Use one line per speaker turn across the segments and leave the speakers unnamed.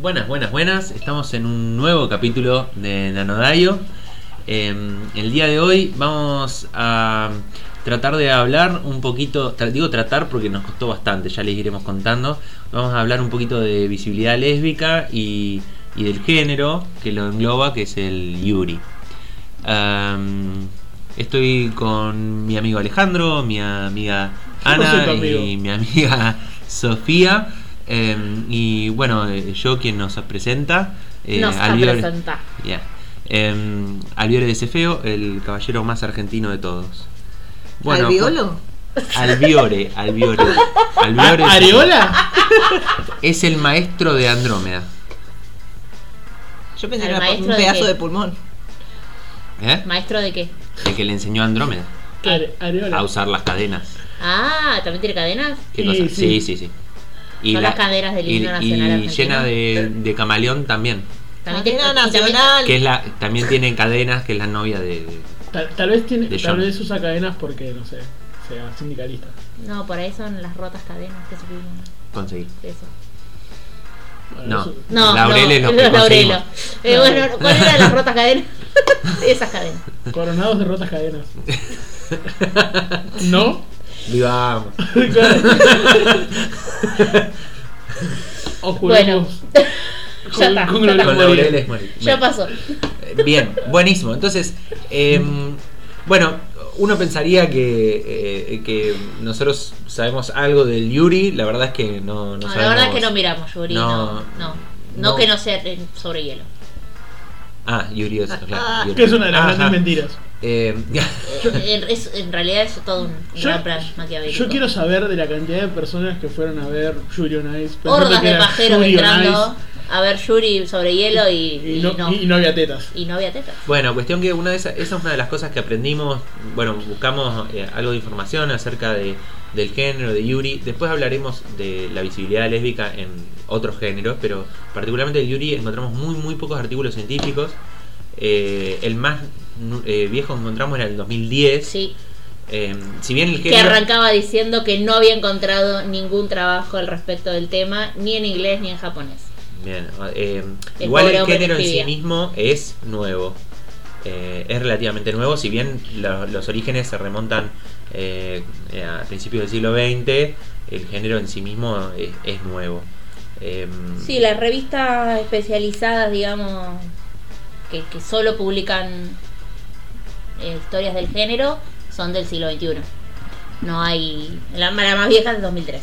Buenas, buenas, buenas. Estamos en un nuevo capítulo de Nanodayo. Eh, el día de hoy vamos a tratar de hablar un poquito, tra- digo tratar porque nos costó bastante, ya les iremos contando. Vamos a hablar un poquito de visibilidad lésbica y, y del género que lo engloba, que es el Yuri. Am, estoy con mi amigo Alejandro, mi amiga
no soy tu
Ana
amigo.
y mi amiga Sofía. Em, y bueno, eh, yo quien nos presenta, eh,
Nos
Albiol-
presenta.
Ya. Em, Albiol de Cefeo, el caballero más argentino de todos.
¿Albiolo?
pues- Albiore, Albiore. Albiore
¿A- Ah, ¿Areola?
Es el maestro de Andrómeda.
Yo pensé
¿Al
que era
maestro
un
de
pedazo
qué?
de, pulmón.
¿Eh?
¿Maestro de qué?
El que le enseñó a Andrómeda
¿Qué?
Are-
a
Areola.
usar las cadenas.
Ah, ¿también tiene cadenas?
¿Qué
Y
cosa?
sí.
Sí, sí, sí.
Son las caderas del
y-
himno
y,
nacional argentino.
llena de, de camaleón también.
¿También tiene-
Cadena
y también-
nacional.
Que es la, también tiene cadenas, que es la novia de. de-
Tal, tal vez tiene,
De
tal
John.
vez usa cadenas porque, no sé, sea sindicalista.
No, por ahí son las rotas cadenas que subimos.
conseguí.
Eso.
Bueno,
No.
eso-
No,
Los laureles,
no,
los que
laurelos. Eh,
No.
bueno, ¿cuál era las rotas cadenas? Esas cadenas.
Coronados de rotas cadenas. ¿No?
Vivamos.
o juremos.
Ya está,
Con-
ya
con
está.
Con laureles morí.
Ya
Bien.
pasó.
Eh, Bien, buenísimo. Entonces, eh, bueno, uno pensaría que, eh, que nosotros sabemos algo del Yuri, la verdad es que no, no
No,
sabemos.
Ah, la verdad es que no miramos, Yuri. No,
No,
no. No,
no.
que no sea eh, sobre hielo.
Ah, Yuri es,
Ah,
claro. Yuri.
Que es una de las
Ajá.
grandes mentiras.
Eh,
Eh, En, es- en realidad es todo un
Yo-
gran plan maquiavélico.
Yo quiero saber de la cantidad de personas que fueron a ver Yuri on Ice. pensando
Hordas
que
de
era
pajeros
Yuri on
entrando
Ice,
a ver Yuri sobre hielo y,
Y,
y
no,
no.
y- y no había tetas.
Y no había tetas.
Bueno, cuestión que una de esas, esa es una de las cosas que aprendimos, bueno, buscamos eh, algo de información acerca de, del género de Yuri, después hablaremos de la visibilidad lésbica en otros géneros, pero particularmente de Yuri encontramos muy muy pocos artículos científicos, Eh, el más nu- eh, viejo que encontramos era el 2010,
Sí.
Eh, si bien el
Que
género...
arrancaba diciendo que no había encontrado ningún trabajo al respecto del tema, ni en inglés ni en japonés.
Bien, eh,
El
igual
pobre
el
hombre
género en sí
escribía.
mismo es nuevo. Eh, es relativamente nuevo, si bien lo- los orígenes se remontan eh, eh, a principios del siglo XX, el género en sí mismo es, es nuevo. Eh,
Sí, las revistas especializadas, digamos, que, que solo publican eh, historias del género, son del siglo XXI. No hay. La, la más vieja es del 2003.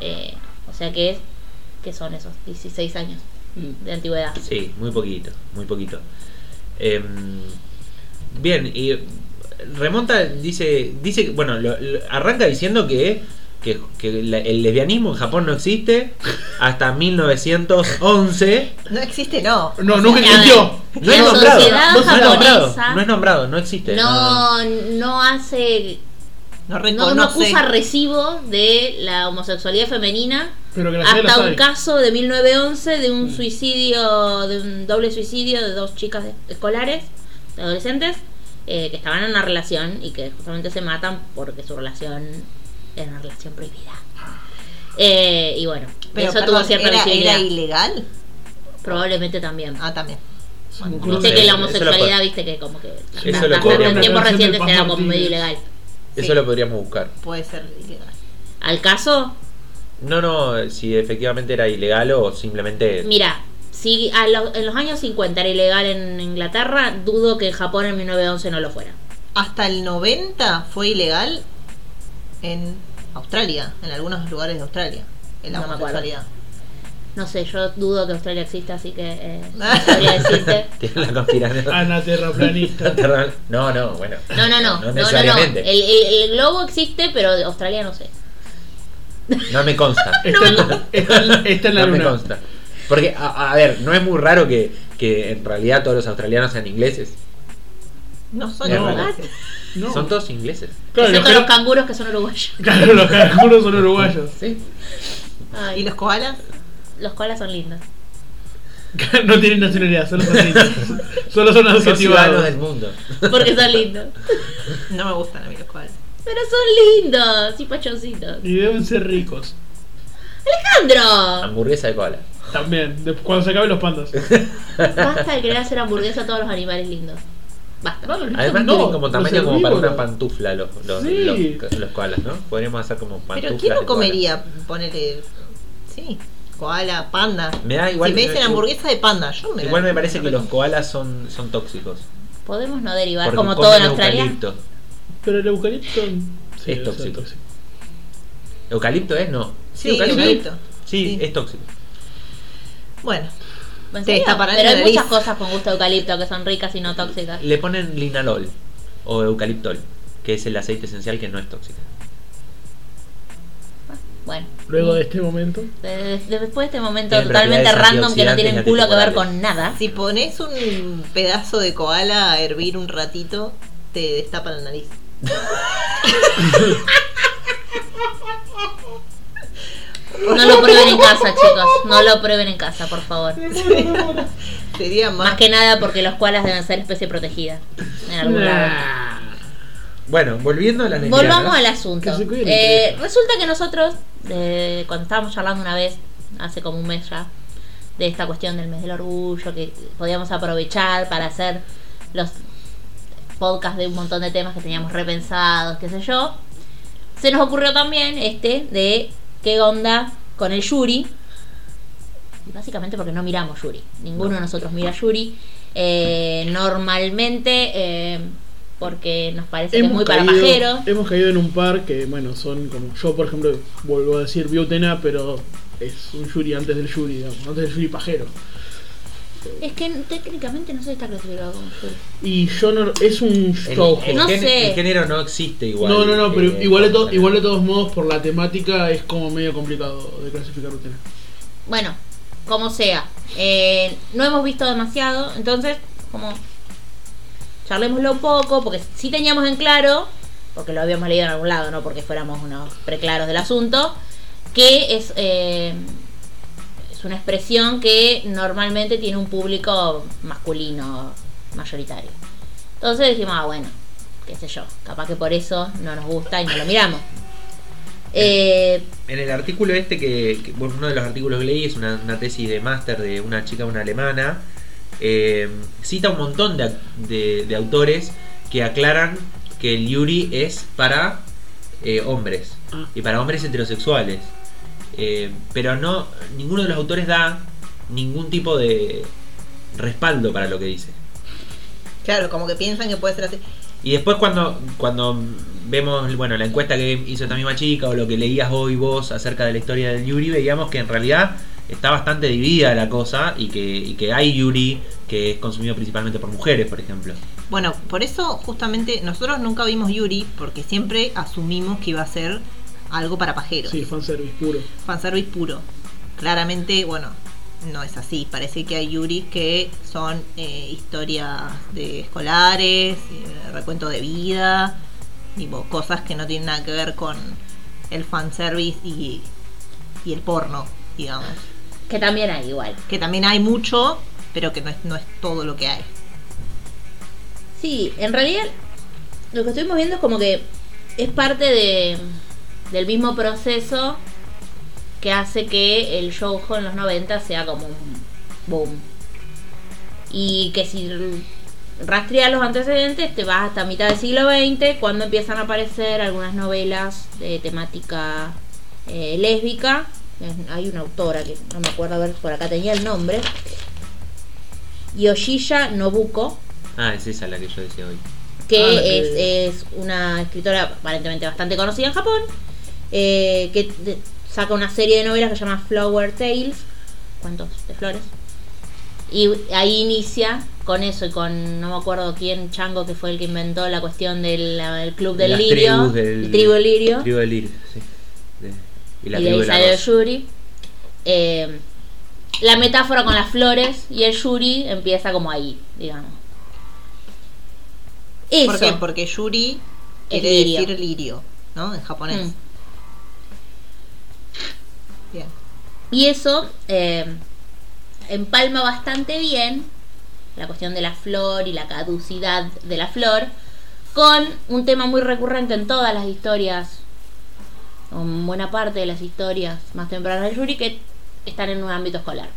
Eh, o sea que es. que son esos 16 años
Mm.
de antigüedad.
Sí, muy poquito, muy poquito. Eh, bien, y remonta, dice, dice bueno, lo- lo- arranca diciendo que, que, que la- el lesbianismo en Japón no existe hasta 1911.
No existe, no.
No, nunca
sea,
existió.
No es
La
nombrado.
sociedad
no, es nombrado.
japonesa-
No es nombrado, no existe.
No, no hace.
No
No,
reconoce.
no acusa recibo de la homosexualidad femenina
Pero que la gente lo
hasta
sabe.
un caso de 1911 de un suicidio, de un doble suicidio de dos chicas de- escolares, de adolescentes, eh, que estaban en una relación y que justamente se matan porque su relación era una relación prohibida. Eh, y bueno,
Pero,
eso
perdón,
tuvo cierta
era,
visibilidad.
¿Era ilegal?
Probablemente también.
Ah, también.
Se me ocurre-
Viste
no sé,
que la
eso lo
homosexualidad,
puedo-
viste que como que
lo
hasta- hasta
podría-
en
Una
canción
tiempos
de
recientes
Paz
era como
Martínez.
medio ilegal.
Eso
Sí.
lo podríamos buscar.
Puede ser ilegal.
Al caso,
No, no, si efectivamente era ilegal o simplemente.
Mira, si a lo- en los años 50 era ilegal en Inglaterra, dudo que en Japón en 1911 no lo fuera.
Hasta el 90 fue ilegal en Australia, en algunos lugares de Australia. En la
No me acuerdo.
homosexualidad.
No sé, yo dudo que Australia exista, así que eh, no podría decirte.
Tiene la conspiración.
Ana terraplanista.
no, no, bueno.
No,
No
no, no. No, no, no. El,
necesariamente.
el- el globo existe, pero de Australia no sé.
No me consta.
Está, en la- está en- está en
no
la
me
luna.
consta. Porque, a, a ver, no es muy raro que, que en realidad todos los australianos sean ingleses.
No son
No.
ilegales.
No.
Son todos ingleses.
Claro,
Excepto
los
los canguros que son uruguayos.
Claro, los carajuros son uruguayos.
Sí.
Ay,
Ah, ¿Y los koalas?
los koalas son lindos.
No tienen nacionalidad, solo son lindos. Solo
Son
son
ciudadanos
adjetivados.
del mundo.
Porque son lindos.
No me gustan a mí los koalas.
Pero son lindos y pachoncitos.
Y deben ser ricos.
¡Alejandro!
Hamburguesa de cola.
También, de- cuando se acaben los pandas.
Basta de querer hacer hamburguesa a todos los animales lindos. Basta.
No, los niños
Además
no,
tienen como
los
tamaño como para una
herbívoros.
pantufla los, los,
Sí.
los, los koalas, ¿no? Podríamos hacer como pantuflas.
Pero ¿quién
de koala.
no comería? Ponele. Sí, koala, panda.
Me da igual-
si me dicen
me-
hamburguesa de panda, yo me. la-
Igual me parece que los koalas son, son tóxicos.
Podemos no derivar,
porque
como
comen
todo en Australia.
Eucalipto.
Pero el eucalipto. sí,
Es
o sea,
tóxico. ¿Eucalipto es? No.
Sí, eucalipto.
Sí,
Sí.
es tóxico.
Bueno,
¿En
Te
serio?
destaparán
Pero
la
hay
nariz.
muchas cosas con gusto a eucalipto que son ricas y no tóxicas.
Le ponen linalol o eucaliptol, que es el aceite esencial que no es tóxico.
Bueno.
Luego de este momento.
de- de- de- después de este momento
Tienen
totalmente
propiedades
random que no tienen
antioxidantes y
culo que ver
antitumorales.
con nada.
si pones un pedazo de koala a hervir un ratito, te destapa la nariz.
No lo prueben en casa, chicos. No lo prueben en casa, por favor.
Sería más.
Más que nada porque los koalas deben ser especie protegida. En algún lado.
Bueno, volviendo a las lesbianas.
Volvamos al asunto.
Que se cuiden,
Eh,
que-
resulta que nosotros, eh, cuando estábamos charlando una vez, hace como un mes ya, de esta cuestión del mes del orgullo, que podíamos aprovechar para hacer los podcasts de un montón de temas que teníamos repensados, qué sé yo, se nos ocurrió también este de qué onda con el Yuri. Y Básicamente porque no miramos Yuri. Ninguno de nosotros mira Yuri. Eh, normalmente, eh, porque nos parece que es muy para pajero.
hemos caído en un par que, bueno, son como yo, por ejemplo, vuelvo a decir biotena, pero es un Yuri antes del Yuri, digamos, antes del Yuri pajero.
Es que técnicamente no se está clasificado como Yuri.
Y yo no. Es un
El,
show.
el
No
gen-
sé.
el género no existe igual.
No, no, no, pero
eh,
igual, de to-
como-
igual de todos modos, por la temática, es como medio complicado de clasificar Utena.
Bueno, como sea. eh, no hemos visto demasiado, entonces, como. Charlémoslo poco, porque sí teníamos en claro, porque lo habíamos leído en algún lado, no porque fuéramos unos preclaros del asunto, que es. eh, es una expresión que normalmente tiene un público masculino mayoritario. Entonces dijimos, ah, bueno, qué sé yo, capaz que por eso no nos gusta y no lo miramos. Eh,
En el artículo este, que, que- bueno, uno de los artículos que leí es una, una tesis de máster de una chica, una alemana, eh, cita un montón de, ac- de- de autores que aclaran que el Yuri es para eh, hombres
Ah.
y para hombres heterosexuales. Eh, pero no, ninguno de los autores da ningún tipo de respaldo para lo que dice.
Claro, como que piensan que puede ser así.
Y después cuando, cuando vemos, bueno, la encuesta que hizo esta misma chica o lo que leías hoy vos acerca de la historia del Yuri, veíamos que en realidad está bastante dividida la cosa y que, y que hay Yuri que es consumido principalmente por mujeres, por ejemplo.
Bueno, por eso justamente nosotros nunca vimos Yuri porque siempre asumimos que iba a ser algo para pajeros.
Sí, fanservice puro.
Fanservice puro. Claramente, bueno, no es así. Parece que hay Yuri que son eh, historias de escolares, eh, recuento de vida, tipo, cosas que no tienen nada que ver con el fanservice y, y el porno, digamos.
que también hay igual.
Que también hay mucho, pero que no es, no es todo lo que hay.
Sí, en realidad lo que estuvimos viendo es como que es parte de, del mismo proceso que hace que el showjo en los 90 sea como un boom. Y que si r- rastreas los antecedentes te vas hasta mitad del siglo XX cuando empiezan a aparecer algunas novelas de temática eh, lésbica. Eh, Hay una autora que no me acuerdo a ver por acá tenía el nombre. Yoshiya Nobuko
Ah, es esa la que yo decía hoy.
que
Ah, la que-
es, es una escritora aparentemente bastante conocida en Japón, eh, que de- saca una serie de novelas que se llama Flower Tales, cuentos de flores. Y ahí inicia con eso y con, no me acuerdo quién, Chango, que fue el que inventó la cuestión del la- el club del
Las
lirio,
tribus del-
el tribu del lirio,
Tribu del lirio, sí. De- y
y
la
de
tribu
ahí
de la
salió el
rosa.
Yuri. Eh, la metáfora con las flores y el Yuri empieza como ahí, digamos. Eso.
¿Por qué? Porque Yuri
Es
quiere
lirio.
decir lirio, ¿no? En japonés.
Mm.
Bien.
Y eso eh, empalma bastante bien la cuestión de la flor y la caducidad de la flor con un tema muy recurrente en todas las historias, o en buena parte de las historias más tempranas de Yuri, que están en un ámbito escolar.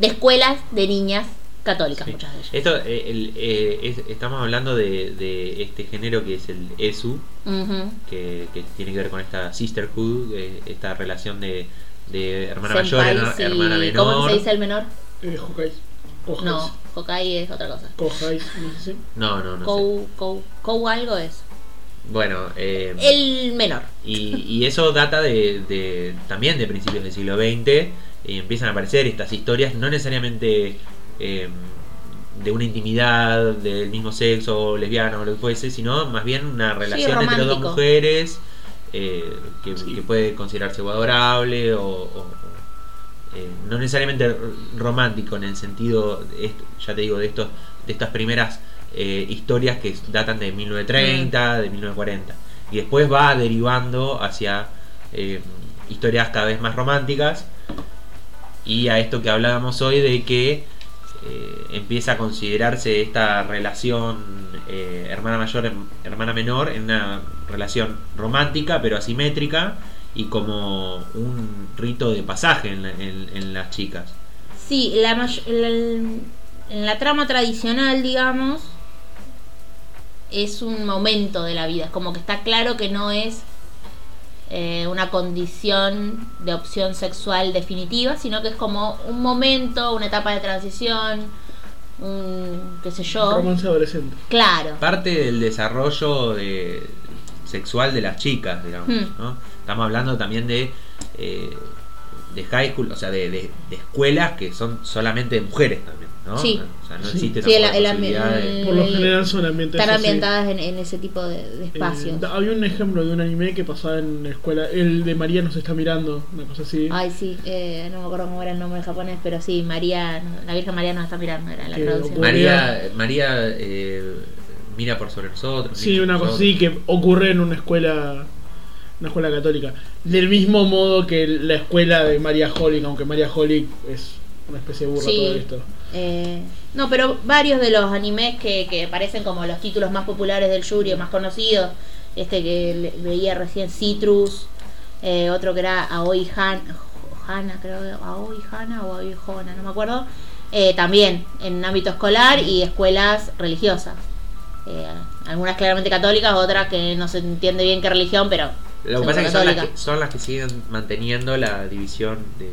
De escuelas de niñas católicas,
Sí.
muchas de ellas.
Esto, eh, el, eh, es- estamos hablando de, de este género que es el ESU,
Ujú.
que, que tiene que ver con esta sisterhood, eh, esta relación de, de hermana
Senpais
mayor, herma-
y-
hermana menor.
¿Cómo se dice el menor?
Eh, Hokais. Kohais.
No, Hokai es otra cosa.
Kohais, no sé si.
No, no, no. sé.
Kou, kou, kou algo es.
Bueno, eh,
El menor.
y, y eso data de, de- también de principios del siglo XX y empiezan a aparecer estas historias, no necesariamente eh, de una intimidad del mismo sexo, lesbiana o lo que fuese, sino más bien una relación entre dos
romántico.
mujeres eh, que,
Sí.
que puede considerarse o adorable o, o- eh, no necesariamente r- romántico en el sentido, de est- ya te digo, de estos de estas primeras eh, historias que datan de 1930, de 1940. Y después va derivando hacia eh, historias cada vez más románticas y a esto que hablábamos hoy de que eh, empieza a considerarse esta relación eh, hermana mayor, em- hermana menor en una relación romántica pero asimétrica y como un rito de pasaje en, la- en- en las chicas.
Sí, la may- el- el- en la trama tradicional, digamos, es un momento de la vida. Es como que está claro que no es eh, una condición de opción sexual definitiva, sino que es como un momento, una etapa de transición, un qué sé yo.
Romance Ah, adolescente.
Claro.
Parte del desarrollo de- sexual de las chicas, digamos.
Hmm.
¿no? Estamos hablando también de, eh, de high school, o sea, de, de- de escuelas que son solamente de mujeres también. ¿no?
Sí.
O sea, no
Sí.
existe
Sí, el-
tampoco
el
la
ambi-
posibilidad de-
Por lo
Eh,
general son ambientes
Están
así.
ambientadas en, en ese tipo de, de
Eh,
espacios.
da- había un ejemplo de un anime que pasaba en la escuela. El de María nos está mirando, una cosa así.
Ay, sí, eh, no me acuerdo cómo era el nombre en japonés, pero sí, María, la Virgen María nos está mirando, era la
Que
traducción.
ocurre-
María, María eh, mira por sobre nosotros.
Sí,
mira por
una cosa
nosotros.
así que ocurre en una escuela una escuela católica. Del mismo modo que la escuela de María Holic, aunque María Holic es una especie de burla
Sí.
todo esto.
Eh, no, pero varios de los animes que, que aparecen como los títulos más populares del Yuri, o más conocidos, este que le- veía recién Citrus, eh, otro que era Aoi Han, Hana, creo, Aoi Hana o Aoi Hona, no me acuerdo, eh, también en ámbito escolar y escuelas religiosas. Eh, algunas claramente católicas, otras que no se entiende bien qué religión, pero...
Lo que pasa es que son, las
católica.
que son las que siguen manteniendo la división de, de-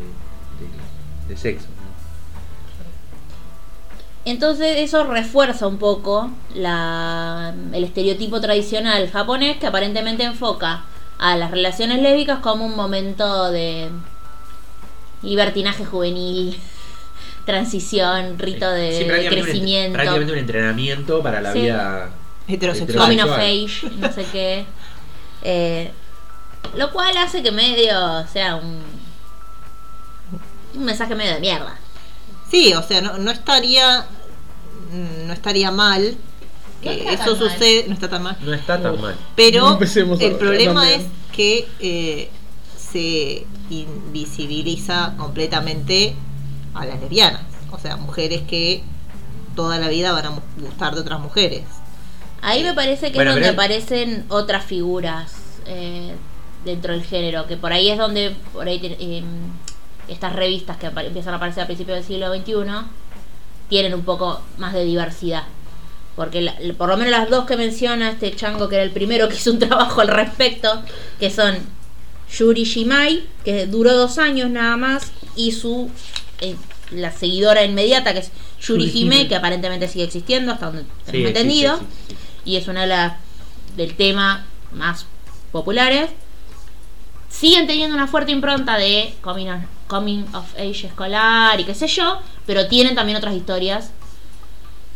de sexo. ¿no?
Entonces eso refuerza un poco la- el estereotipo tradicional japonés que aparentemente enfoca a las relaciones lésbicas como un momento de libertinaje juvenil, transición, rito de,
Sí,
de
prácticamente un ent-
crecimiento,
prácticamente un entrenamiento para la
Sí.
vida.
Heterosexual.
coming of
sexual.
age, no sé qué. Eh, lo cual hace que medio sea un, un mensaje medio de mierda.
Sí, o sea, no, no estaría mm, no estaría mal
No
que
está
eso
tan mal.
sucede, no está tan mal,
No está tan
Uf.
mal.
No
pero
empecemos
el
a-
problema
también.
es que eh, se invisibiliza completamente a las lesbianas, o sea, mujeres que toda la vida van a mu- gustar de otras mujeres.
Ahí me parece que
Bueno,
es donde
pero-
aparecen otras figuras eh, dentro del género, que por ahí es donde por ahí te- eh, estas revistas que apar- empiezan a aparecer a principios del siglo XXI tienen un poco más de diversidad. Porque la- por lo menos las dos que menciona este chango, que era el primero que hizo un trabajo al respecto, que son Yuri Shimai, que duró dos años nada más, y su eh, la seguidora inmediata, que es Yuri
Yuri
Hime,
Hime.
que aparentemente sigue existiendo, hasta donde
Sí,
tengo
sí,
entendido
sí, sí, sí.
y es una de las del tema más populares, siguen teniendo una fuerte impronta de coming, on- coming of age escolar y qué sé yo, pero tienen también otras historias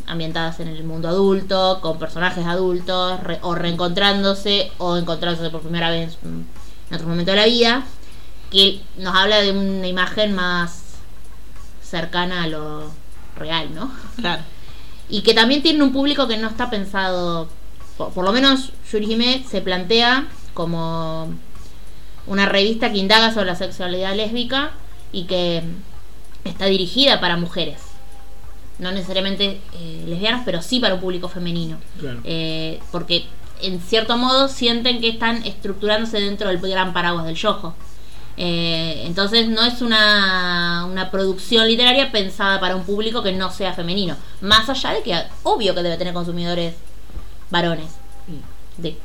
ambientadas en el mundo adulto, con personajes adultos, re- o reencontrándose, o encontrándose por primera vez en otro momento de la vida, que nos habla de una imagen más cercana a lo real, ¿no?
Claro.
y que también tienen un público que no está pensado, por, por lo menos Yurihime se plantea como una revista que indaga sobre la sexualidad lésbica y que está dirigida para mujeres, no necesariamente eh, lesbianas, pero sí para un público femenino,
Claro.
Eh, porque en cierto modo sienten que están estructurándose dentro del gran paraguas del yojo Eh, entonces no es una, una producción literaria pensada para un público que no sea femenino. Más allá de que obvio que debe tener consumidores varones, de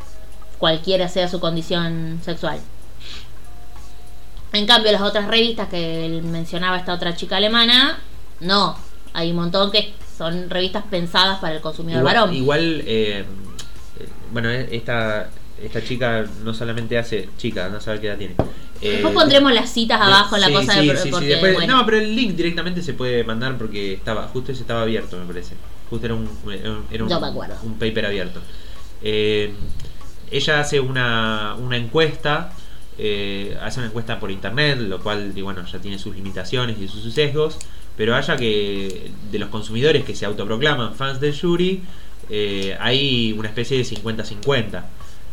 cualquiera sea su condición sexual. En cambio, las otras revistas que él mencionaba esta otra chica alemana, no. Hay un montón que son revistas pensadas para el consumidor
Igual-
varón.
Igual, eh, eh, bueno, eh, esta, esta chica no solamente hace chica, no sabe qué edad tiene. Eh,
Después pondremos las citas abajo en la
sí,
cosa
sí,
de,
sí, sí,
porque,
después-
bueno.
No, pero el link directamente se puede mandar porque estaba justo ese estaba abierto, me parece. Justo era un, era un,
No me acuerdo.
un paper abierto. Eh, ella hace una, una encuesta, eh, hace una encuesta por internet, lo cual y bueno, ya tiene sus limitaciones y sus sesgos, pero haya que de los consumidores que se autoproclaman fans del Yuri, eh, hay una especie de 50-50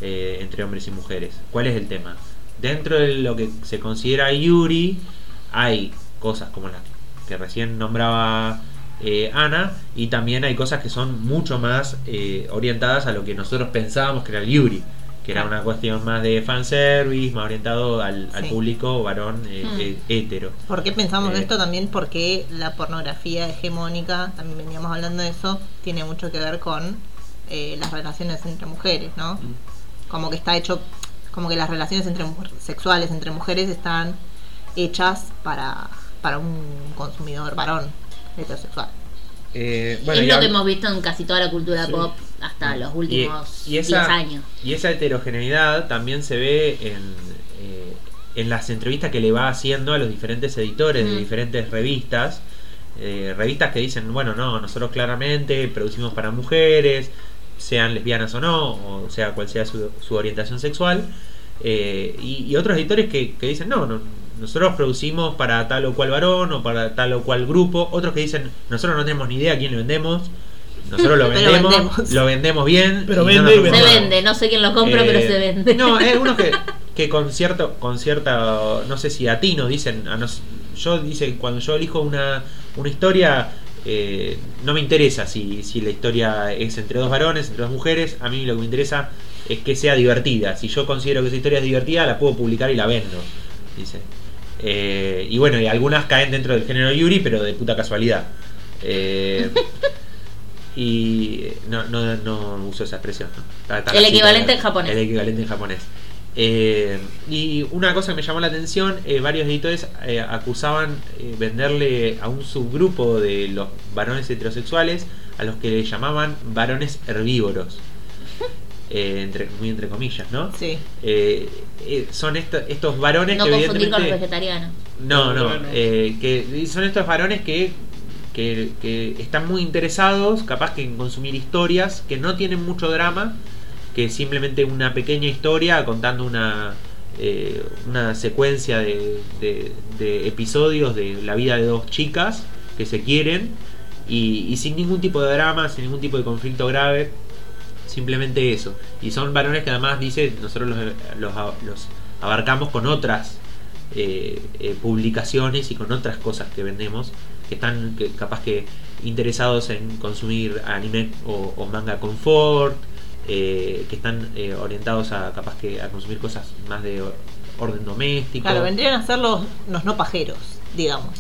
eh, entre hombres y mujeres. ¿Cuál es el tema? Dentro de lo que se considera Yuri, hay cosas como las que recién nombraba eh, Ana, y también hay cosas que son mucho más eh, orientadas a lo que nosotros pensábamos que era el Yuri, que era una cuestión más de fanservice, más orientado al, al
Sí.
público varón eh,
Mm.
eh, hetero.
¿Por qué pensamos
Eh.
esto también? Porque la pornografía hegemónica, también veníamos hablando de eso, tiene mucho que ver con eh, las relaciones entre mujeres, ¿no?
Mm.
Como que está hecho, como que las relaciones entre mu- sexuales entre mujeres están hechas para, para un consumidor varón heterosexual.
Eh, bueno,
es
y
lo
hab-
que hemos visto en casi toda la cultura
Sí.
pop hasta los
y-
últimos
y esa-
10 años.
Y esa heterogeneidad también se ve en, eh, en las entrevistas que le va haciendo a los diferentes editores de
Mm.
diferentes revistas. eh, revistas que dicen, bueno, no, nosotros claramente producimos para mujeres, sean lesbianas o no, o sea, cual sea su, su orientación sexual. eh, y, y otros editores que, que dicen, no, no, nosotros producimos para tal o cual varón o para tal o cual grupo. Otros que dicen, nosotros no tenemos ni idea a quién le vendemos. Nosotros lo
Pero
vendemos,
vendemos.
lo vendemos bien.
Pero
y no
vende
nos
y vende.
Se
preocupamos".
vende, no sé quién lo compra,
Eh,
pero se vende.
No, hay algunos que, que con cierto, con cierta, no sé si latino dicen, a nos- yo dice cuando yo elijo una, una historia, eh, no me interesa si, si la historia es entre dos varones, entre dos mujeres, a mí lo que me interesa es que sea divertida. Si yo considero que esa historia es divertida, la puedo publicar y la vendo, dice. Eh, y bueno, y algunas caen dentro del género Yuri, pero de puta casualidad. Eh, y no, no, no uso esa expresión. ¿no? Ta- ta-
El
ta-
equivalente
ta-
en japonés.
El equivalente en japonés. Eh, y una cosa que me llamó la atención, eh, varios editores eh, acusaban eh, venderle a un subgrupo de los varones heterosexuales a los que le llamaban varones herbívoros. Eh, entre, muy entre comillas, ¿no?
Sí.
Eh, eh, son esto- estos varones
No
que
confundir con los
evidentemente...
vegetarianos.
No, no.
Bueno.
eh, que son estos varones que, que, que están muy interesados, capaz que en consumir historias que no tienen mucho drama, que simplemente una pequeña historia contando una, eh, una secuencia de, de- de episodios de la vida de dos chicas que se quieren y, y sin ningún tipo de drama, sin ningún tipo de conflicto grave. Simplemente eso. Y son varones que además dice, nosotros los, los, los abarcamos con otras eh, eh, publicaciones y con otras cosas que vendemos que están que- capaz que interesados en consumir anime o, o manga confort eh, que están eh, orientados a capaz que a consumir cosas más de or- orden doméstico
Claro, vendrían a ser los, los no pajeros, digamos.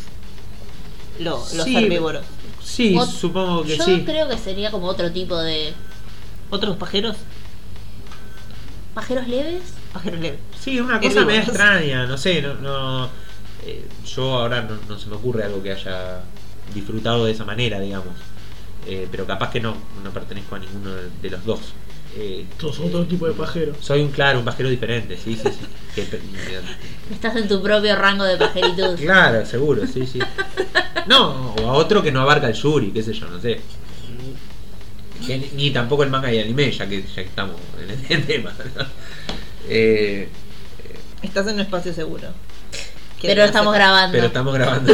Lo- los
Sí.
herbívoros.
sí
Ot-
supongo que
Yo
sí
creo que sería como otro tipo de
¿Otros pajeros?
pajeros leves.
Pajeros leves.
sí una cosa medio
Herbívoros.
extraña no sé no, no, eh, yo ahora no, no se me ocurre algo que haya disfrutado de esa manera digamos Eh, pero capaz que no no pertenezco a ninguno de, de los dos Eh,
Estos son otro tipo de pajeros.
Soy un claro, un pajero diferente, sí, sí, sí. Que pe-
Estás en tu propio rango de pajeritud.
claro, seguro, sí, sí. No, o a otro que no abarca el Yuri, qué sé yo, no sé. Que ni, ni tampoco el manga y anime, ya que, ya que estamos en este tema. ¿no? Eh,
Estás en un espacio seguro. Que
Pero
no
estamos
se-
grabando.
pero estamos grabando.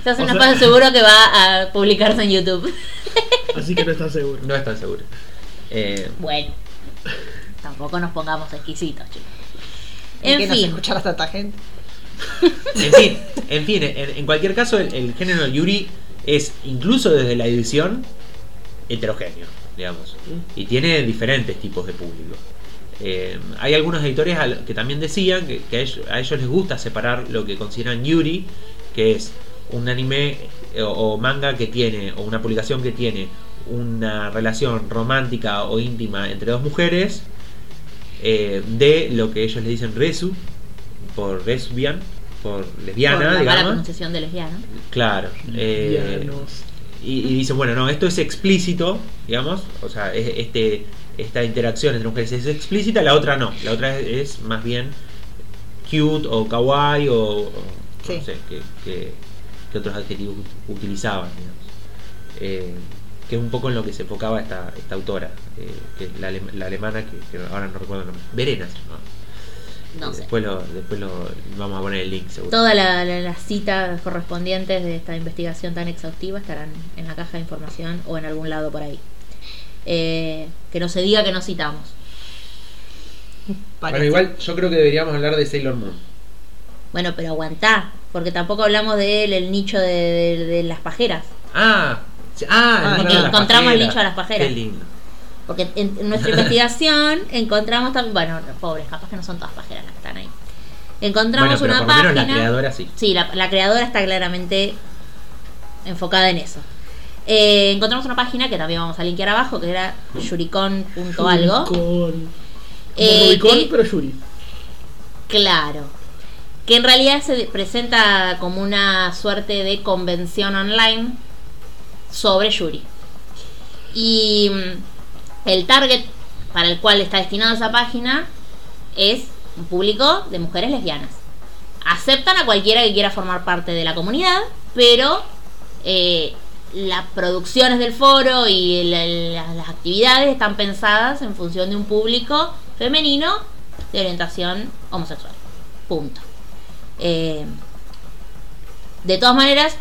Estás
O
en un
sea-
espacio seguro que va a publicarse en YouTube.
Así que no estás seguro.
No es tan seguro. Eh,
Bueno, tampoco nos pongamos exquisitos, chicos.
¿Y que
En
nos
fin,
escuchara tanta gente.
en fin, en, fin en, en cualquier caso, el, el género Yuri es, incluso desde la
Mm.
edición, heterogéneo, digamos. y tiene diferentes tipos de público. Eh, hay algunos editores a lo- que también decían que, que a, ellos, a ellos les gusta separar lo que consideran Yuri, que es un anime eh, o, o manga que tiene, o una publicación que tiene una relación romántica o íntima entre dos mujeres, eh, de lo que ellos le dicen Resu, por Resubian, por
por
lesbiana,
la mala
digamos.
pronunciación de lesbiana.
Claro. eh,
Lesbianos.
y, y dicen, bueno, no, esto es explícito, digamos, o sea, es- este, esta interacción entre mujeres es explícita, la otra no, la otra es, es más bien cute o kawaii o, o
Sí.
no sé, qué qué- qué otros adjetivos ut- utilizaban, digamos. Eh, que es un poco en lo que se enfocaba esta, esta autora, eh, que es la, alem- la alemana, que, que ahora no recuerdo el nombre, Verena, se llamaba.
No sé.
después, lo, después lo vamos a poner el link seguro.
Todas la- la- las citas correspondientes de esta investigación tan exhaustiva estarán en la caja de información o en algún lado por ahí. Eh, que no se diga que no citamos.
Parece.
Bueno, igual yo creo que deberíamos hablar de Sailor Moon.
Bueno, pero aguantá, porque tampoco hablamos de él, el nicho de, de- de las pajeras.
Ah, sí, ah,
Ah,
el
porque
nicho de las
encontramos el
pajeras.
nicho de las pajeras.
Qué lindo.
Porque en, en nuestra investigación encontramos también, bueno, pobres, capaz que no son todas pajeras las que están ahí. Encontramos
bueno, pero
una
por lo menos
página.
la creadora sí.
Sí, la, la creadora está claramente enfocada en eso. Eh, encontramos una página que también vamos a linkear abajo, que era yuricon.algo.
Con.
Eh,
Rubicón,
que-
pero Yuri.
Claro. Que en realidad se presenta como una suerte de convención online sobre Yuri. Y mm, el target para el cual está destinada esa página es un público de mujeres lesbianas. Aceptan a cualquiera que quiera formar parte de la comunidad, pero eh, las producciones del foro y la- la- las actividades están pensadas en función de un público femenino de orientación homosexual. Punto. Eh, de todas maneras,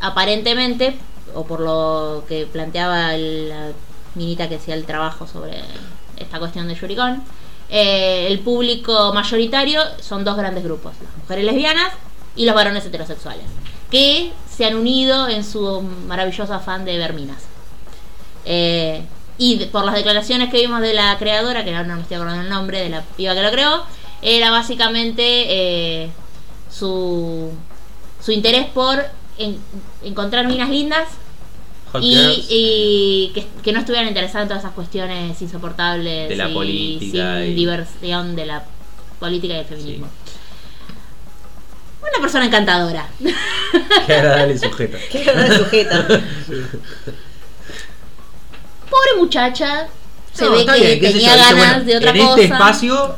aparentemente, o por lo que planteaba el- la minita que hacía el trabajo sobre esta cuestión de Yuricón, eh, el público mayoritario son dos grandes grupos, las mujeres lesbianas y los varones heterosexuales, que se han unido en su maravilloso afán de verminas. Eh, y de- por las declaraciones que vimos de la creadora, que ahora no me estoy acordando el nombre, de la piba que lo creó, era básicamente eh, su, su interés por en- encontrar minas lindas
Hot
y,
Girls.
y que, que no estuvieran interesadas en todas esas cuestiones insoportables
De la
y
política
sin
y-
diversión de la política y el feminismo. Una persona encantadora.
Qué agradable sujeto.
Qué verdad de sujeta.
Pobre muchacha, se
No,
ve
está
que
bien, qué sé
tenía
yo, dice,
ganas
bueno,
de otra
en
cosa. Ah.
este espacio,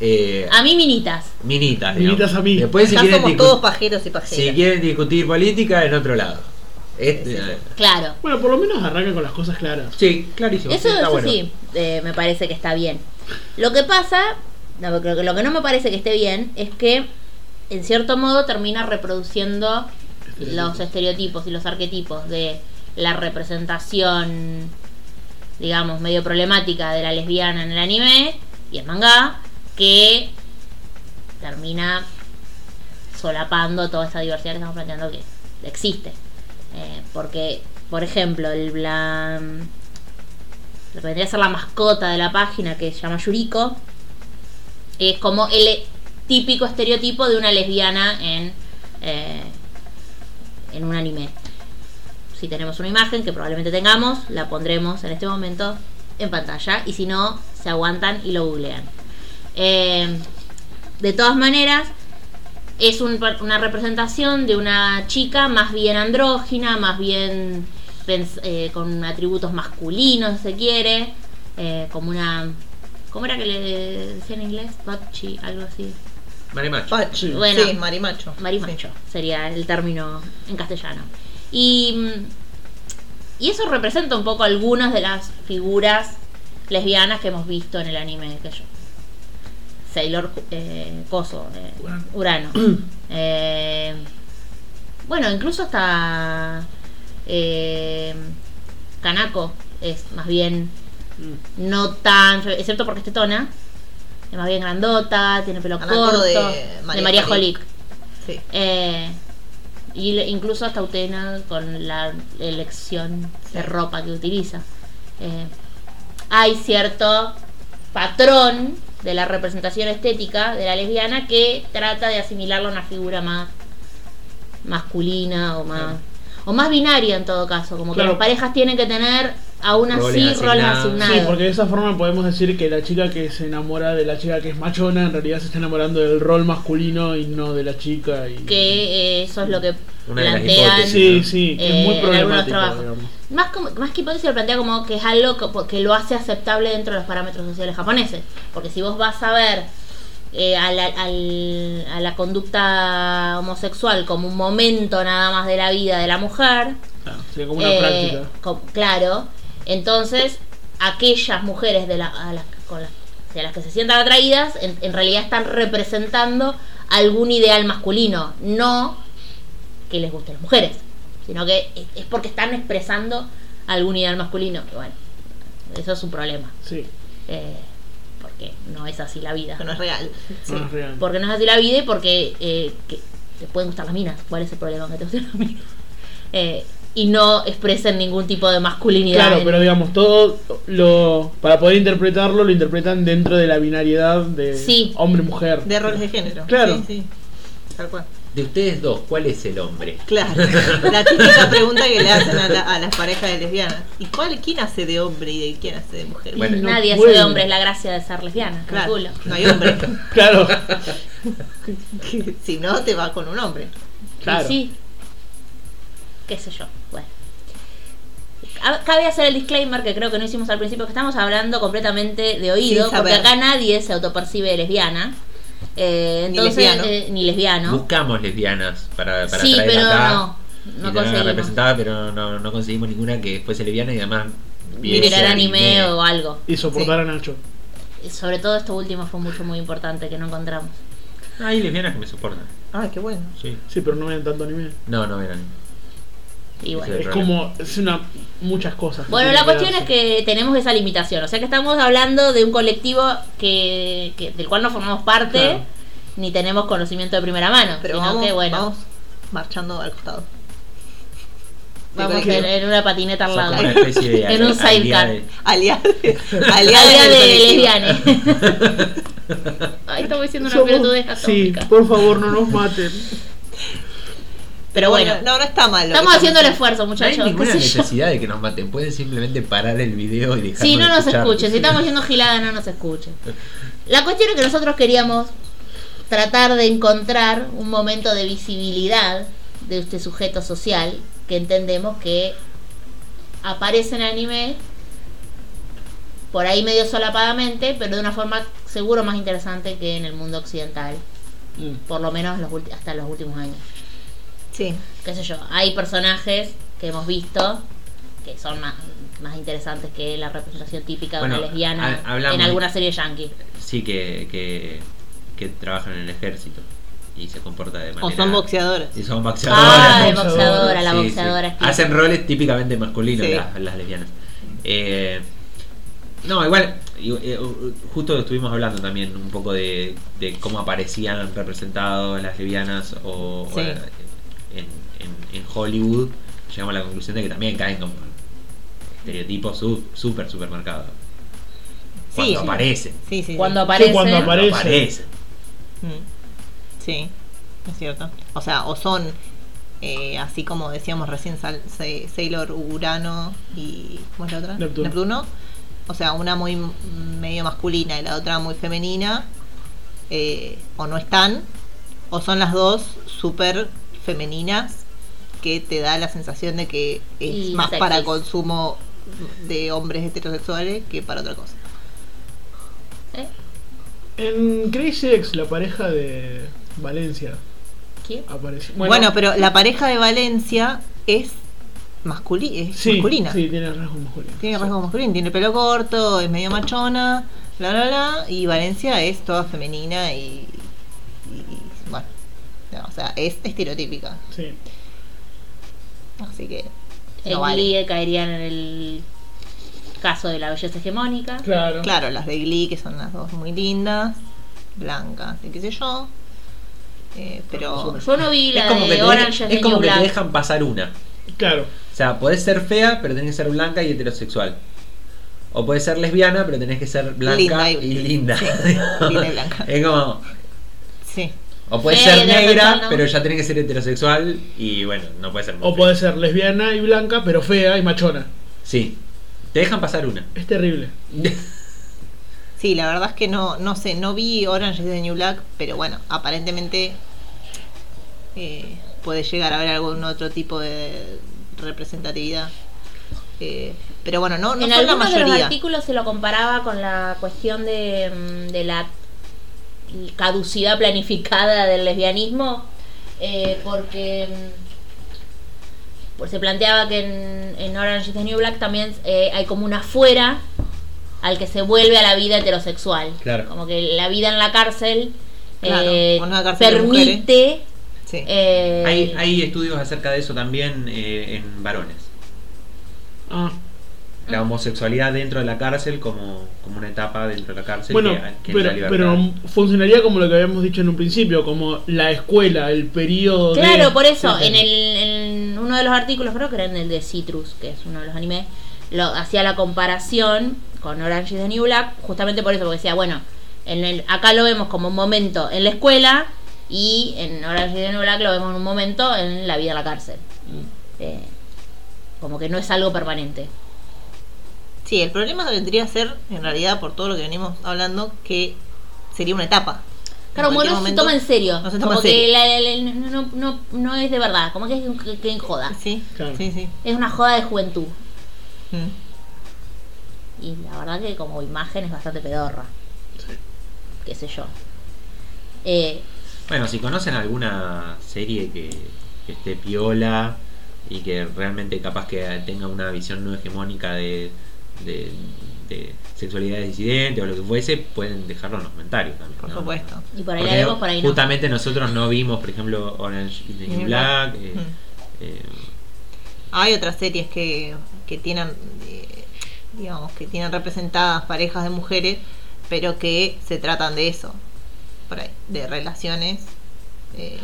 eh,
A mí minitas.
minitas, digamos.
Minitas a mí.
Después, si
Acá
quieren,
somos
discu-
todos pajeros y
si
pajeras.
quieren discutir política, en otro lado. Este,
Sí, sí, sí.
Claro.
Bueno, por lo menos arranca con las cosas claras.
sí, clarísimo.
Eso,
sí, está
eso
bueno.
sí, eh, me parece que está bien. Lo que pasa, no, creo que lo que no me parece que esté bien es que, en cierto modo, termina reproduciendo los estereotipos y los arquetipos de la representación, digamos, medio problemática de la lesbiana en el anime y el manga, que termina solapando toda esta diversidad que estamos planteando que existe. Eh, porque, por ejemplo, el, la, lo que vendría a ser la mascota de la página que se llama Yuriko, es como el típico estereotipo de una lesbiana en, eh, en un anime. Si tenemos una imagen, que probablemente tengamos, la pondremos en este momento en pantalla. Y si no, se aguantan y lo googlean. Eh, de todas maneras, es un- una representación de una chica más bien andrógina, más bien pens- eh, con atributos masculinos, si se quiere, eh, como una... ¿Cómo era que le decía en inglés? Butchy, algo así.
Marimacho.
Pacho.
Bueno.
Sí, marimacho.
Marimacho
Sí.
sería el término en castellano. Y, mm, y eso representa un poco algunas de las figuras lesbianas que hemos visto en el anime que yo. Sailor eh, Coso, eh,
Urano.
Urano. Eh, bueno, incluso hasta eh, Kanako es más bien Mm. no tan, fe- excepto porque es tetona, es más bien grandota, tiene pelo
Kanako
corto,
de
de María,
María
Jolic.
Jolic. Sí.
Eh, y le- incluso hasta Utena con la elección de
Sí.
ropa que utiliza. Eh, hay cierto patrón de la representación estética de la lesbiana que trata de asimilarla a una figura más masculina o más o más binaria en todo caso, como
Claro.
que las parejas tienen que tener aún
Roles
así roles
asignados.
asignados.
Sí, porque de esa forma podemos decir que la chica que se enamora de la chica que es machona, en realidad se está enamorando del rol masculino y no de la chica. Y...
que eh, eso es lo que
Una de las
plantean
hipótesis.
Sí, sí, que es muy
Eh, en algunos
problemático.
trabajos.
digamos.
Más, como, más que hipótesis lo plantea como que es algo que, que lo hace aceptable dentro de los parámetros sociales japoneses. Porque si vos vas a ver eh, a, la, al- a la conducta homosexual como un momento nada más de la vida de la mujer,
Claro, sería como una
eh,
práctica.
com- claro, entonces aquellas mujeres de la, a las, con las, de las que se sientan atraídas en, en realidad están representando algún ideal masculino, no que les gusten las mujeres, sino que es, es porque están expresando algún ideal masculino. Y bueno, eso es un problema,
Sí,
eh, porque no es así la vida.
Eso no es real.
no es real.
Porque no es así la vida y porque eh, que te pueden gustar las minas. ¿Cuál es el problema que te gusten las minas? Eh, y no expresen ningún tipo de masculinidad.
Claro,
en-
pero digamos, todo lo. Para poder interpretarlo, lo interpretan dentro de la binariedad de
Sí.
hombre-mujer.
De roles de género.
Claro.
Sí, sí. Tal cual.
De ustedes dos, ¿cuál es el hombre?
Claro. La típica pregunta que le hacen a, la- a las parejas de lesbianas. ¿Y cuál, quién hace de hombre y de quién hace de mujer?
Y
Bueno.
no
Nadie hace
pueden.
de hombre, es la gracia de ser lesbiana.
Claro,
calculo.
no hay hombre.
Claro,
si no, te vas con un hombre.
Y
claro.
sí. Qué sé yo. Bueno. A- Cabe hacer el disclaimer que creo que no hicimos al principio, que estamos hablando completamente de oído,
Sin
porque
saber.
acá nadie se autopercibe lesbiana. Eh,
Ni
entonces,
lesbiano.
eh, ni lesbiano.
Buscamos lesbianas para, para
sí,
traer
pero
acá.
no.
y
No
tenerla
conseguimos.
representada, pero no, no conseguimos ninguna que fuese lesbiana y además viese
mirar anime o algo.
Y soportar a Nacho.
Sobre todo esto último fue mucho muy importante que no encontramos.
Hay lesbianas que me soportan.
Ah, qué bueno.
Sí.
Sí, pero no ven tanto anime.
No, no ven anime.
Y bueno.
Sí.
Es como. Es una. Muchas cosas. que
Bueno,
tienen
la cuestión es
darse.
que tenemos esa limitación, o sea que estamos hablando de un colectivo que, que- del cual no formamos parte
Claro.
ni tenemos conocimiento de primera mano,
Pero
sino
vamos,
que bueno,
vamos marchando al costado.
vamos
que-
en, en una patineta al
Son
lado,
como una especie de
en un
al- al día
sidecar.
de-
Aliada de,
Área
aliada
de
del colectivo.
lesbianes. Ay, estamos diciendo una
Somos-
pelotudez
Sí,
atómica.
por favor, no nos maten.
Pero bueno,
no, no está mal. lo que
estamos haciendo el
haciendo.
esfuerzo,
No hay
muchachos. qué
ninguna
sé yo.
necesidad de que nos maten. Pueden simplemente parar el video y dejarnos
Si no nos
escuchar.
escuchen, si estamos yendo gilada, no nos escuchen. La cuestión es que nosotros queríamos tratar de encontrar un momento de visibilidad de este sujeto social que entendemos que aparece en anime por ahí medio solapadamente, pero de una forma seguro más interesante que en el mundo occidental,
Mm.
por lo menos los ulti- hasta los últimos años
Sí,
qué sé yo, hay personajes que hemos visto que son más, más interesantes que la representación típica de una
Bueno,
lesbiana
ha- hablamos.
en alguna serie yankee.
Sí, que, que, que trabajan en el ejército y se comporta de manera.
o son boxeadoras.
Y son boxeadoras.
Ah,
la
la boxeadora, la
Sí, sí.
boxeadora. es que-
Hacen roles típicamente masculinos
Sí.
las, las lesbianas. Eh, no, igual, i- eh, justo estuvimos hablando también un poco de, de cómo aparecían representados las lesbianas o, o
Sí.
en, en- en Hollywood. Llegamos a la conclusión de que también caen como estereotipos su- súper, súper marcados. Cuando
sí.
aparecen.
Sí, sí.
cuando
sí.
aparece,
Sí, cuando apare-
Cuando aparecen.
Aparecen.
Mm. Sí, es cierto. O sea, o son, eh, así como decíamos recién, Sal- Se- Sailor, Urano y. ¿Cómo es la otra?
Neptuno.
O sea, una muy m- medio masculina y la otra muy femenina. eh, o no están, o son las dos súper femeninas que te da la sensación de que es
Y
más para
sexys.
consumo de hombres heterosexuales que para otra cosa.
¿Eh?
En Crazy Ex, la pareja de Valencia
¿Qué?
apareció.
Bueno, pero la pareja de Valencia es, masculi es
sí,
masculina.
Sí, tiene rasgos masculinos.
Tiene rasgo masculino, tiene pelo corto, es medio machona, bla, bla, bla. Y Valencia es toda femenina y. y- bueno. no, o sea, es estereotípica.
Sí.
Así que.
En
No vale.
Glee caerían en el caso de la belleza hegemónica.
Claro.
Claro, las de Glee, que son las dos muy lindas, blancas y qué sé yo. Eh, pero.
Yo no vi
Es
la
como que,
de
te,
Orange
dejan-
is
es
the
como
New
que te
Black.
dejan pasar una.
Claro.
O sea, podés ser fea, pero tenés que ser blanca y heterosexual. O puedes ser lesbiana, pero tenés que ser blanca
Linda y-
y linda.
sí, linda y blanca.
Es como.
Sí.
O puedes
Sí,
ser negra,
heterosexual, ¿no?
pero ya tenés que ser heterosexual y bueno, no puedes ser.
O
mujer.
puede ser lesbiana y blanca, pero fea y machona.
Sí. Te dejan pasar una.
Es terrible.
Eh. Sí, la verdad es que no, no sé, no vi Orange is the New Black, pero bueno, aparentemente eh, puede llegar a haber algún otro tipo de representatividad. Eh, pero bueno, no, no
en
son la
algunos de los
mayoría.
artículos se lo comparaba con la cuestión de, mm, de la caducidad planificada del lesbianismo, eh, porque mm, pues se planteaba que en, en Orange is the New Black también eh, hay como una fuera al que se vuelve a la vida heterosexual.
Claro.
Como que la vida en la cárcel,
Claro,
eh,
una cárcel de
permite...
Sí.
eh,
hay, hay estudios acerca de eso también eh, en varones.
Ah.
La homosexualidad dentro de la cárcel como, como una etapa dentro de la cárcel
Bueno,
que, que
pero,
es la libertad.
pero funcionaría como lo que habíamos dicho en un principio, como la escuela, el periodo de-
Claro, por eso,
Sí,
en, el, en uno de los artículos, creo que era en el de Citrus, que es uno de los animes, lo, hacía la comparación con Orange is the New Black, justamente por eso, porque decía, bueno, en el, acá lo vemos como un momento en la escuela y en Orange is the New Black lo vemos en un momento en la vida en la cárcel. Eh, como que no es algo permanente.
Sí, el problema vendría a ser, en realidad, por todo lo que venimos hablando, que sería una etapa.
Claro, como
En
no
cualquier
se
momento-
toma en serio.
No se toma
como
en
que
serio.
la- la- la- no, no- no es de verdad, como que es que, que joda.
Sí,
Claro.
sí, sí.
Es una joda de juventud.
Mm.
Y la verdad que como imagen es bastante pedorra. Qué sé yo. Eh,
Bueno, si conocen alguna serie que, que esté piola y que realmente capaz que tenga una visión no hegemónica de, de, de sexualidades disidentes o lo que fuese, pueden dejarlo en los comentarios también.
Por
¿no?
supuesto.
y por ahí
Porque
la vemos, por ahí no.
justamente nosotros no vimos, por ejemplo, Orange is the New Black. eh,
Mm.
eh,
Hay otras series que, que tienen, eh, digamos, que tienen representadas parejas de mujeres, pero que se tratan de eso, por ahí, de relaciones eh,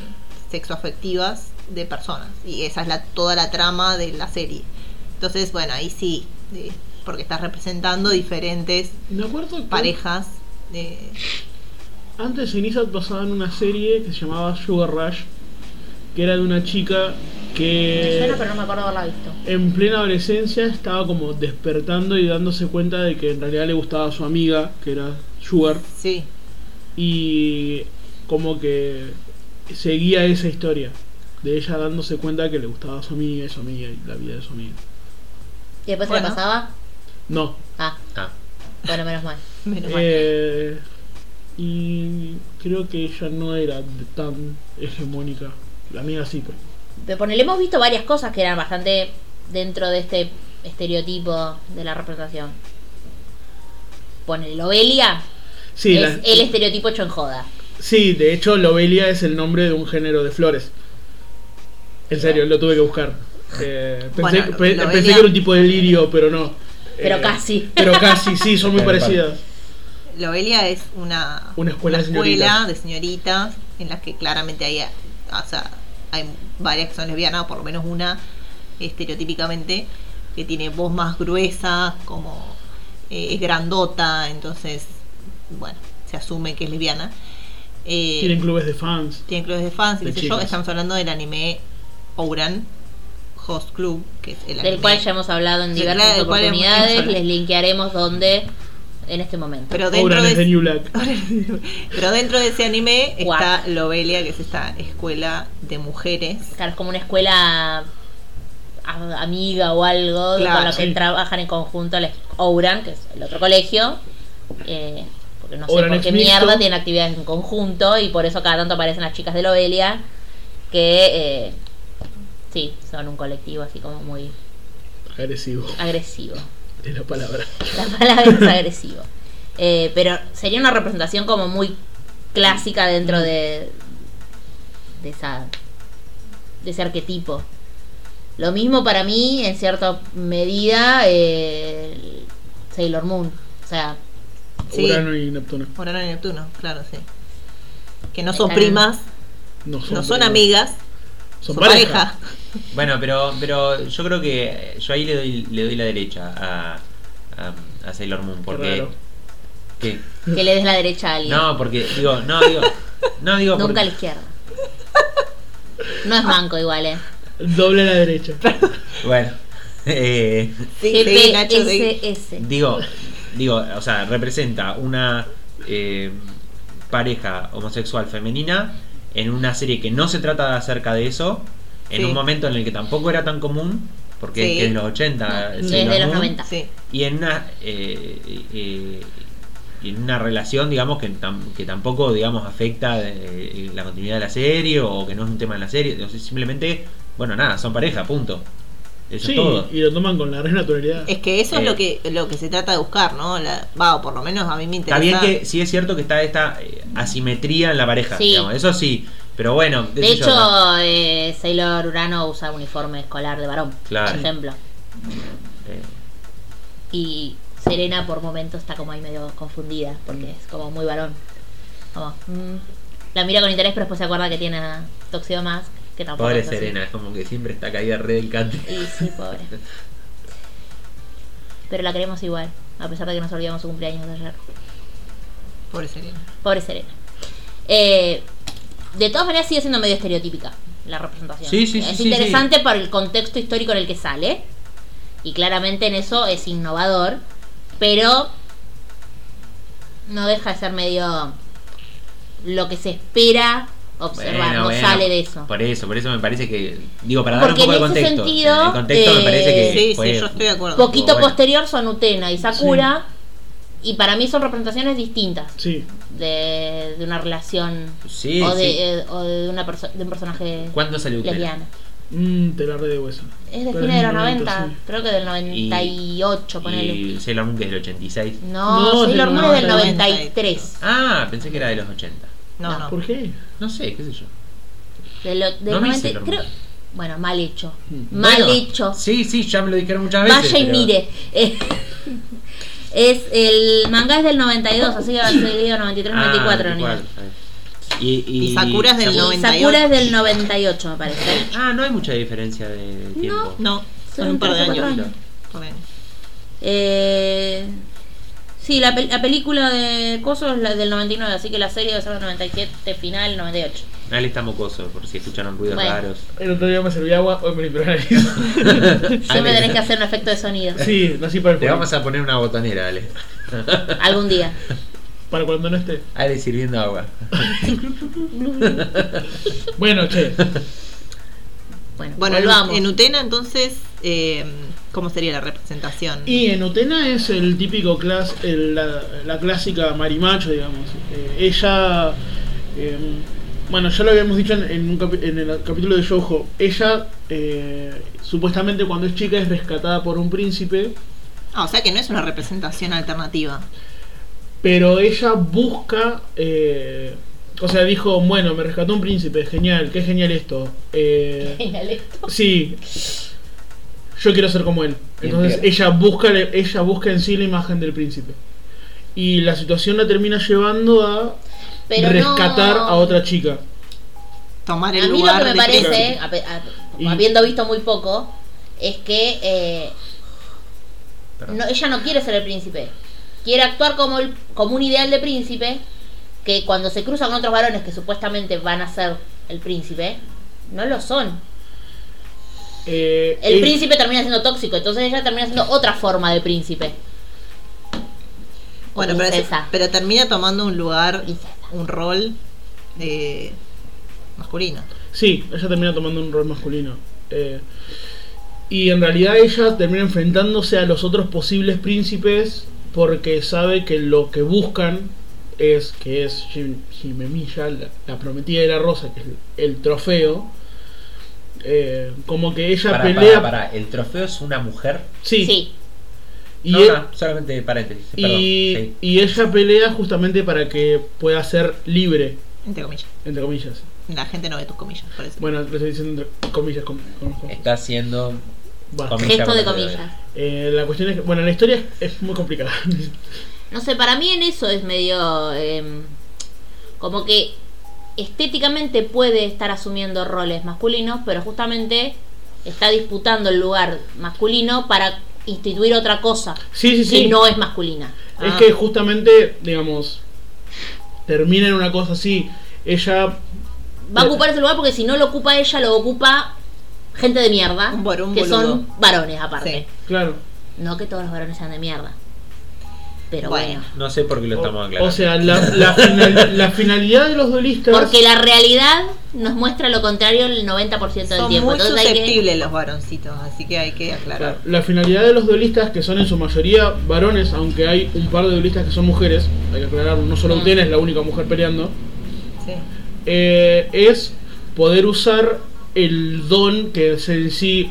sexoafectivas de personas. Y esa es la, toda la trama de la serie. Entonces, bueno, ahí sí, eh, porque estás representando diferentes
Me acuerdo que
parejas. eh,
antes en Isat pasaban una serie que se llamaba Sugar Rush, que era de una chica
Me
que
suena, pero no me acuerdo haberla visto.
en plena adolescencia estaba como despertando y dándose cuenta de que en realidad le gustaba a su amiga, que era Sugar,
sí,
y como que seguía esa historia de ella dándose cuenta que le gustaba a su amiga y su amiga y la vida de su amiga.
¿Y después se
Bueno.
la pasaba?
No,
Ah,
ah,
bueno, menos mal.
menos mal.
eh, y creo que ella no era de- tan hegemónica. La amiga sí, pues.
Pero ponele, hemos visto varias cosas que eran bastante dentro de este estereotipo de la representación. Ponele, Lobelia
Sí,
es
la-
el estereotipo hecho en joda.
sí, de hecho, Lobelia es el nombre de un género de flores. En serio, lo tuve que buscar. Eh, pensé,
Bueno,
pe-
Lobelia-
pensé que era un tipo de lirio, pero no.
Pero
Eh,
casi.
Pero casi, sí, son muy
Pero par-
parecidas.
Lobelia es una,
Una escuela de
escuela
señoritas.
de señoritas en las que claramente hay, o sea, hay varias que son lesbianas, o por lo menos una estereotípicamente, que tiene voz más gruesa, como eh, es grandota, entonces, bueno, se asume que es lesbiana. Eh,
Tienen clubes de fans.
tienen clubes de fans, y
De
qué sé yo,
chicas.
estamos hablando del anime Ouran Host Club, que es el
Del
anime.
cual ya hemos hablado en
Sí, claro,
diversas
del cual hemos- hemos
oportunidades.
hablado.
Les linkearemos donde en este momento.
Pero dentro
Obran
de
es de New Black.
Pero dentro de ese anime está
Guau.
Lobelia, que es esta escuela de mujeres.
Claro, es como una escuela a- amiga o algo de- con
Claro.
la que
Sí.
trabajan en conjunto la Ouran, que es el otro colegio. eh, porque no sé
Ouran
por
es
qué
mixto.
mierda tienen actividades en conjunto y por eso cada tanto aparecen las chicas de Lobelia que eh, sí, son un colectivo así como muy
Agresivo,
agresivo.
es la palabra.
La palabra es agresivo. Eh, pero sería una representación como muy clásica dentro de, de esa de ese arquetipo. Lo mismo para mí, en cierta medida, eh, Sailor Moon. O sea,
Sí.
Urano y Neptuno.
Urano y Neptuno, claro, sí. Que no son
Están en-
primas,
No son,
no son
pero-
amigas,
Son,
son
pareja.
pareja.
eh, Bueno, pero, pero yo creo que yo ahí le doy, le doy la derecha a, a, a Sailor Moon.
Qué
Porque.
raro.
¿Qué?
Que le des la derecha a alguien.
No, porque. Digo, no, digo. No, digo.
Nunca
porque-
a la izquierda. No es manco igual, eh.
Doble a la derecha.
Bueno. eh,
Sí, sí, Nacho, sí.
GPS.
Digo, digo, o sea, representa una eh, pareja homosexual femenina en una serie que no se trata acerca de eso, en
Sí.
un momento en el que tampoco era tan común, porque
Sí.
es que en los 80...
No,
el
desde
Sailor
los
Moon,
90.
Sí.
Y en una, eh, eh, y en una relación, digamos, que, tam- que tampoco, digamos, afecta eh, la continuidad de la serie o que no es un tema de la serie, o sea, simplemente, bueno, nada, son pareja, punto. Eso
Sí,
es todo.
y lo toman con la re naturalidad.
Es que eso
Eh.
es lo que lo que se trata de buscar, ¿no? La- Va, o por lo menos a mí me
Está
interesa.
bien que sí es cierto que está esta eh, asimetría en la pareja,
Sí.
digamos, eso sí, pero bueno, qué
De
sé yo, ¿no?
hecho, eh, Sailor Urano usa uniforme escolar de varón,
Claro.
por ejemplo.
Eh,
Y Serena por momentos está como ahí medio confundida, porque es como muy varón. Como, mm, la mira con interés, pero después se acuerda que tiene a Toxido más, que tampoco
pobre
es así.
Serena, es como que siempre está caída re del cante.
Y sí, pobre. Pero la queremos igual, a pesar de que nos olvidamos su cumpleaños de ayer.
Pobre Serena.
Pobre Serena. Eh, de todas maneras sigue siendo medio estereotípica la representación.
Sí, sí, sí,
es
sí,
interesante por el contexto histórico en el que sale. Y claramente en eso es innovador. Pero no deja de ser medio lo que se espera observar.
Bueno,
no
bueno,
sale de eso.
Por eso, por eso me parece que. Digo, para dar un
Porque
poco de
en ese
contexto.
sentido,
en el contexto me
eh,
parece que.
Sí,
fue-
sí, yo estoy de acuerdo.
Poquito
bueno.
posterior son Utena y Sakura. Y para mí son representaciones distintas
Sí.
de, de una relación
Sí,
o, de,
sí.
eh, o de una perso- de un personaje
¿Cuándo salió Utena?
lesbiana.
Mm, te la re de hueso.
Es de
Pero
fines de
es
los
90,
90,
sí.
creo que del 98, ponele.
Y Sailor Moon que es del 86.
No,
No,
Sailor
del
Moon es del
90.
93.
Ah, pensé que era de los 80.
No,
No.
no.
¿Por qué?
No sé, qué sé yo.
De lo- del
No vi
90
Sailor Moon.
creo- bueno, mal hecho.
Mm.
Mal
Bueno,
hecho.
Sí, sí, ya me lo dijeron muchas veces.
Vaya y
pero- Ah,
mire. Eh, es el manga es del 92, así que ha salido 93,
Ah,
94.
94,
ni-
está bien. Y, y,
Y Sakura es del
Sakura-
90.
Y Sakura es del 98, me parece.
Ah, no hay mucha diferencia de tiempo.
No, son
Son
un par de
tres o cuatro
años.
años.
Por ahí.
Eh, sí, la, pel- la película de Coso es la del 99, así que la serie debe ser del 97, final 98.
Ale está mocoso, por si escucharon ruidos
Bueno.
raros.
El otro día me serví agua, hoy me limpió la nariz.
Siempre
Ale,
tenés que hacer un efecto de sonido.
Sí, no así para el
Te vamos
podcast.
a poner una botonera, Ale.
Algún día.
Para cuando no esté.
Ale sirviendo agua.
Bueno, che.
Bueno,
Bueno, en-
volvamos.
en Utena entonces, eh, ¿cómo sería la representación?
Y en Utena es el típico clas, el- la, la clásica marimacho, digamos. Eh, ella, eh, bueno, ya lo habíamos dicho en, en un capi- en el capítulo de Shoujo, ella eh, supuestamente cuando es chica es rescatada por un príncipe,
Ah, o sea que no es una representación alternativa.
pero ella busca, eh, o sea, dijo, bueno, me rescató un príncipe, genial, qué genial esto. eh,
Genial esto.
Sí. Yo quiero ser como él.
Bien,
Entonces
bien.
ella busca, ella busca en sí la imagen del príncipe. Y la situación la termina llevando a
Pero
rescatar
no-
a otra chica.
Tomar el
A mí lo
lugar
que me
de
parece,
Cristo.
a pe- a-
Y-
habiendo visto muy poco, es que eh,
Perdón.
no, ella no quiere ser el príncipe. Quiere actuar como, el- como un ideal de príncipe que cuando se cruza con otros varones que supuestamente van a ser el príncipe, no lo son.
Eh,
El
eh,
príncipe termina siendo tóxico, entonces ella termina siendo otra forma de príncipe.
Bueno, pero, es-
Princesa.
pero termina tomando un lugar,
Princesa.
un rol eh, masculino.
Sí, ella termina tomando un rol masculino. Eh, y en realidad ella termina enfrentándose a los otros posibles príncipes porque sabe que lo que buscan es que es Jim- Jimemilla, la, la prometida de la rosa, que es el, el trofeo. Eh, como que ella
Para, para,
pelea.
para. El trofeo es una mujer.
Sí,
Sí.
Y,
no,
e-
no, solamente paréntesis. Perdón.
y-
Sí.
y ella pelea justamente para que pueda ser libre,
Entre comillas.
entre comillas.
La gente no ve tus comillas, por eso.
Bueno, lo estoy diciendo entre comillas. com- com- com-
Está haciendo.
Basta.
comillas
Gesto de
Eh, con el dedo.
comillas.
Eh, la cuestión es que, bueno, la historia es- es muy complicada.
No sé, para mí en eso es medio. em, como que estéticamente puede estar asumiendo roles masculinos, pero justamente está disputando el lugar masculino para instituir otra cosa
Sí, sí, sí.
que no es masculina.
Es
Ah.
que justamente, digamos, termina en una cosa así. Ella.
Va a ocupar ese lugar porque si no lo ocupa ella, lo ocupa gente de mierda,
Un bor- un
que son
boludo.
varones aparte.
Claro.
No que todos los varones sean de mierda. Pero
Bueno.
bueno.
No sé por qué lo estamos
O,
aclarando.
o sea, la, la final- la finalidad de los duelistas.
Porque la realidad nos muestra lo contrario el 90% del
Son
tiempo.
muy
Entonces hay que...
susceptibles los varoncitos, así que hay que aclarar.
Claro, La finalidad de los duelistas, que son en su mayoría varones, aunque hay un par de duelistas que son mujeres, hay que aclarar, no solo
Mm.
Utena es la única mujer peleando,
Sí.
eh, es poder usar el don que es en sí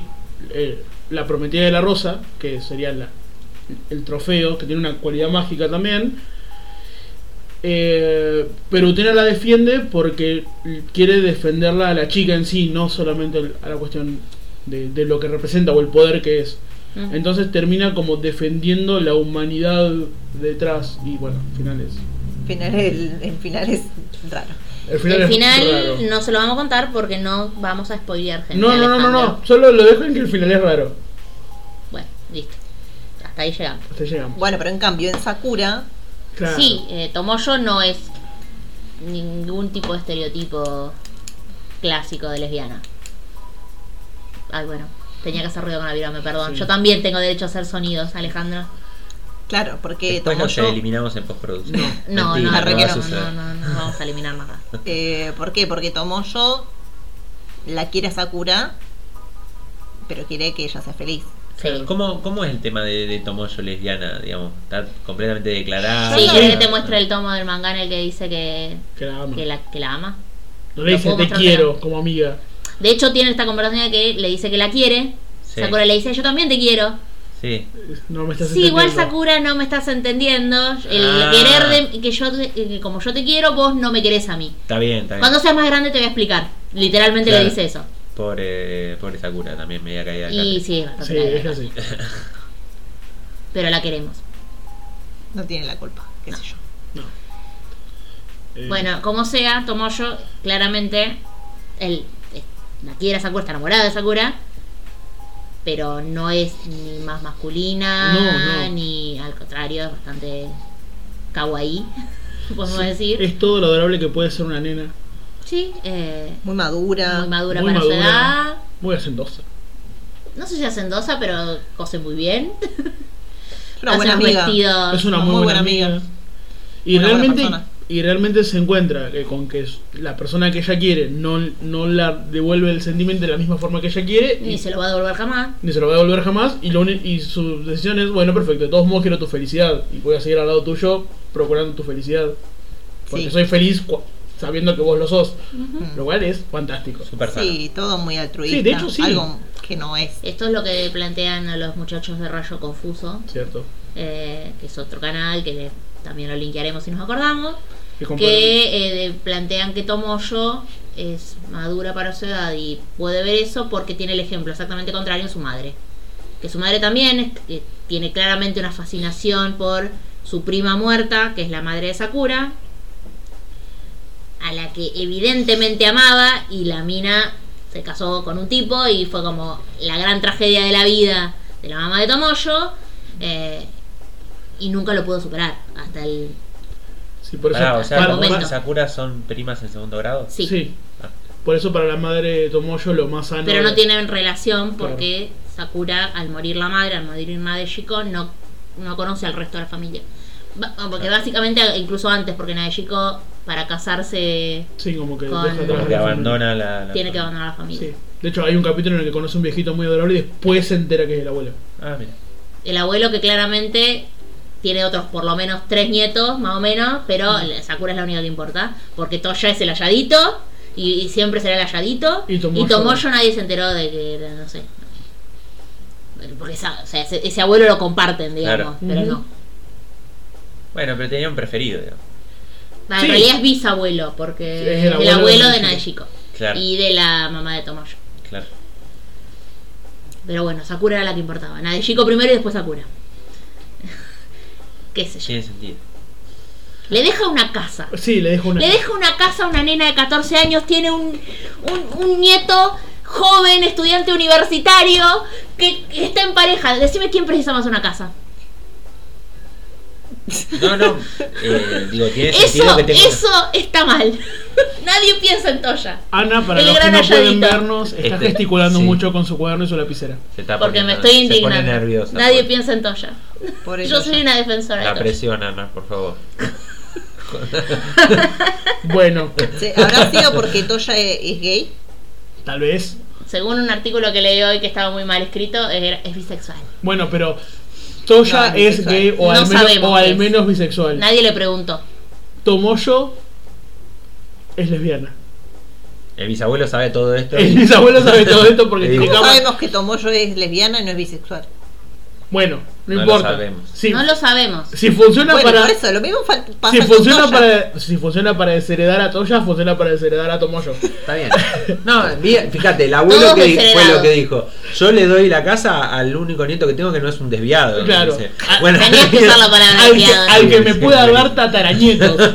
eh, la prometida de la rosa, que sería la- el trofeo, que tiene una cualidad mágica también. Eh, pero Utena la defiende porque quiere defenderla a la chica en sí, no solamente al- a la cuestión de- de lo que representa o el poder que es.
Mm.
Entonces termina como defendiendo la humanidad detrás y bueno, finales.
Final el, el final es raro.
El final,
El
es
final
raro.
no se lo vamos a contar porque no vamos a spoilear gente.
No, no, no, no,
Alejandro.
no, solo lo dejo en que el final es raro.
Bueno, listo. Hasta ahí llegamos.
Hasta ahí llegamos.
Bueno, pero en cambio en Sakura,
Claro.
Sí, eh, Tomoyo no es ningún tipo de estereotipo clásico de lesbiana. Ay, bueno, tenía que hacer ruido con la virome, perdón.
Sí.
Yo también tengo derecho a hacer sonidos, Alejandro.
claro, porque
Después no te
Tomoyo.
eliminamos en postproducción.
No, no,
Mentira,
no,
re
no,
que
va a
no,
suceder.
no, no, no, vamos a eliminar nada.
eh, ¿Por qué? Porque Tomoyo la quiere a Sakura, pero quiere que ella sea feliz.
Sí.
¿Cómo, ¿Cómo es el tema de, de Tomoyo lesbiana? Digamos, está completamente declarada.
Sí,
Ah,
¿querés
sí.
que te muestre el tomo del manga en el que dice que,
Que la ama.
que, la, que la ama?
No le
lo
dice
puedo
te
mostrar,
quiero
pero-
como amiga.
De hecho, tiene esta conversación de que le dice que la quiere.
Sí.
Sakura le dice, yo también te quiero.
Sí.
No me estás
Sí, igual
entendiendo.
Sakura no me estás entendiendo. El
Ah.
querer de, que yo, te- que como yo te quiero, vos no me querés a mí.
Está bien, está bien.
Cuando seas más grande te voy a explicar. Literalmente
Claro.
le dice eso.
Pobre, pobre Sakura también, me había caído acá.
Y sí, es bastante
Sí, es
larga.
así.
Pero la queremos.
No tiene la culpa, qué sé yo.
Eh,
Bueno, como sea, Tomoyo, claramente, él eh, la quiere a Sakura, está enamorada de Sakura. Pero no es ni más masculina,
No, no.
ni al contrario, es bastante kawaii, podemos decir.
Es todo lo adorable que puede ser una nena.
Sí, eh,
Muy madura.
muy madura
muy
para su
madura.
edad.
Muy hacendosa.
No sé si hacendosa, pero cose muy bien.
Una
Hace
buena
unos
amiga.
vestidos.
Es una muy, buena amiga. Y
Una buena
realmente
persona.
y realmente se encuentra que con que la persona que ella quiere no, no la devuelve el sentimiento de la misma forma que ella quiere
Ni se lo va a devolver jamás.
ni se lo va a devolver jamás y, lo uni- y su decisión es, bueno, perfecto, de todos modos quiero tu felicidad y voy a seguir al lado tuyo procurando tu felicidad. Porque
Sí.
soy feliz cu- sabiendo que vos lo sos,
Mm.
lo cual es fantástico.
Super sano.
Sí, todo muy altruista.
Sí, de hecho, sí.
Algo que no es.
Esto es lo que plantean a los muchachos de Rayo Confuso,
¿Cierto?
eh, que es otro canal que le- también lo linkearemos si nos acordamos,
Que compara-
que eh, de- plantean que Tomoyo es madura para su edad y puede ver eso porque tiene el ejemplo exactamente contrario en su madre. Que su madre también es- que tiene claramente una fascinación por su prima muerta, que es la madre de Sakura, a la que evidentemente amaba y la mina se casó con un tipo y fue como la gran tragedia de la vida de la mamá de Tomoyo eh, y nunca lo pudo superar hasta el
Sí, por eso,
Pará, o sea,
para-
¿Tomoyo y
momento.
Sakura son primas en segundo grado?
sí,
sí,
Ah,
por eso para la madre de Tomoyo lo más sano...
pero no
es-
tienen relación porque Sakura al morir la madre al morir madre Shiko no no conoce al resto de la familia Ba- porque básicamente incluso antes porque Nadeshiko para casarse
Sí, como que
Con-
deja atrás
como
a
que
la familia.
abandona la, la-
tiene que abandonar la familia
Sí. De hecho, hay un capítulo en el que conoce a un viejito muy adorable y después se entera que es el abuelo.
Ah, mira.
el abuelo que claramente tiene otros por lo menos tres nietos, más o menos, pero la- Sakura es la única que importa, porque Toya es el halladito y, y siempre será el halladito.
Y Tomoyo-
nadie se enteró de que, era, no sé. Porque esa- o sea, ese, ese abuelo lo comparten,
Claro.
digamos, pero
Ujú.
no.
Bueno, pero tenía un preferido, digamos.
Va,
Sí.
En realidad es bisabuelo, porque
Es
es
el
el
abuelo
abuelo,
de
de
Nadeshiko.
Nadeshiko
Claro,
y de la mamá de Tomoyo.
claro.
Pero bueno, Sakura era la que importaba. Nadeshiko primero y después Sakura. Qué sé yo.
Tiene sentido.
Le deja una casa.
Sí, le dejo una...
Le deja una casa a una nena de 14 años, tiene un, un, un nieto joven estudiante universitario que, que está en pareja. Decime quién precisa más una casa.
No, no. eh, digo, tiene sentido
Eso,
que tenga.
eso está mal. Nadie piensa en Toya.
Ana, para
El
los que
gran
no pueden
halladito.
vernos, está
Este,
gesticulando
sí.
mucho con su cuaderno y su lapicera.
Se está
Porque me
poniendo-
estoy
Se pone
indignando.
nerviosa. pues.
Nadie
por-
piensa en Toya.
Por
Yo
eso
soy una defensora de
La
Toya.
presión, Ana, por favor.
Bueno,
Se- ¿Habrá sido porque Toya es, es gay?
tal vez.
Según un artículo que leí hoy que estaba muy mal escrito, era- es bisexual.
Bueno, pero Toya
No,
es
bisexual.
gay o
No
al menos,
sabemos
o
qué
al
es.
menos bisexual.
Nadie le preguntó.
Tomoyo es lesbiana.
El bisabuelo sabe todo esto.
El bisabuelo sabe todo esto porque
Sí.
tiene
¿Cómo
cama.
sabemos que Tomoyo es lesbiana y no es bisexual?
Bueno, no,
No lo
importa.
sabemos.
Si,
No lo sabemos.
si funciona
bueno,
para.
por eso, lo mismo fal- pasa
Si
con
funciona,
Toya.
para, si funciona para desheredar a Toya, funciona para desheredar a Tomoyo.
Está bien. No, bien, fíjate, el abuelo
Todos
que di- fue
desheredados.
lo que dijo. Yo le doy la casa al único nieto que tengo que no es un desviado.
Claro.
dice.
Ah,
Tenías que usar la palabra
Al que,
criado.
al que me
Sí,
pueda
sí.
dar tatarañetos.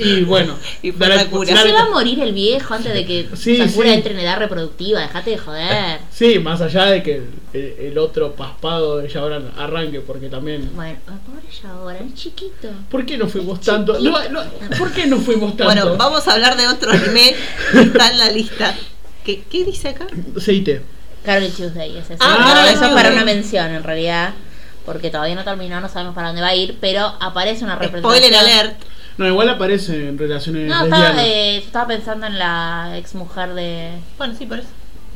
Y bueno.
Y fue
dar-
la cura.
¿No
dar-
se va a morir el viejo antes de que
Sí,
Sakura
sí.
entre en edad reproductiva? Dejate de joder.
Sí, más allá de que el, el otro paspado de Yabran arranque, porque también.
Bueno, ah, pobre ya ahora, es chiquito.
¿Por qué no fuimos tanto? No, no, ¿Por qué no fuimos tanto?
Bueno, vamos a hablar de otro anime que está en la lista. ¿Qué, qué dice acá?
Seite.
Carol Tuesday, ese.
Ah,
Pero
Carol
eso es para
Tuesday.
una mención en realidad. Porque todavía no terminó, no sabemos para dónde va a ir, pero aparece una representación.
Spoiler alert.
No, igual aparece en relaciones
No, estaba,
lesbianas.
eh, estaba pensando en la ex mujer de.
Bueno, sí, por eso.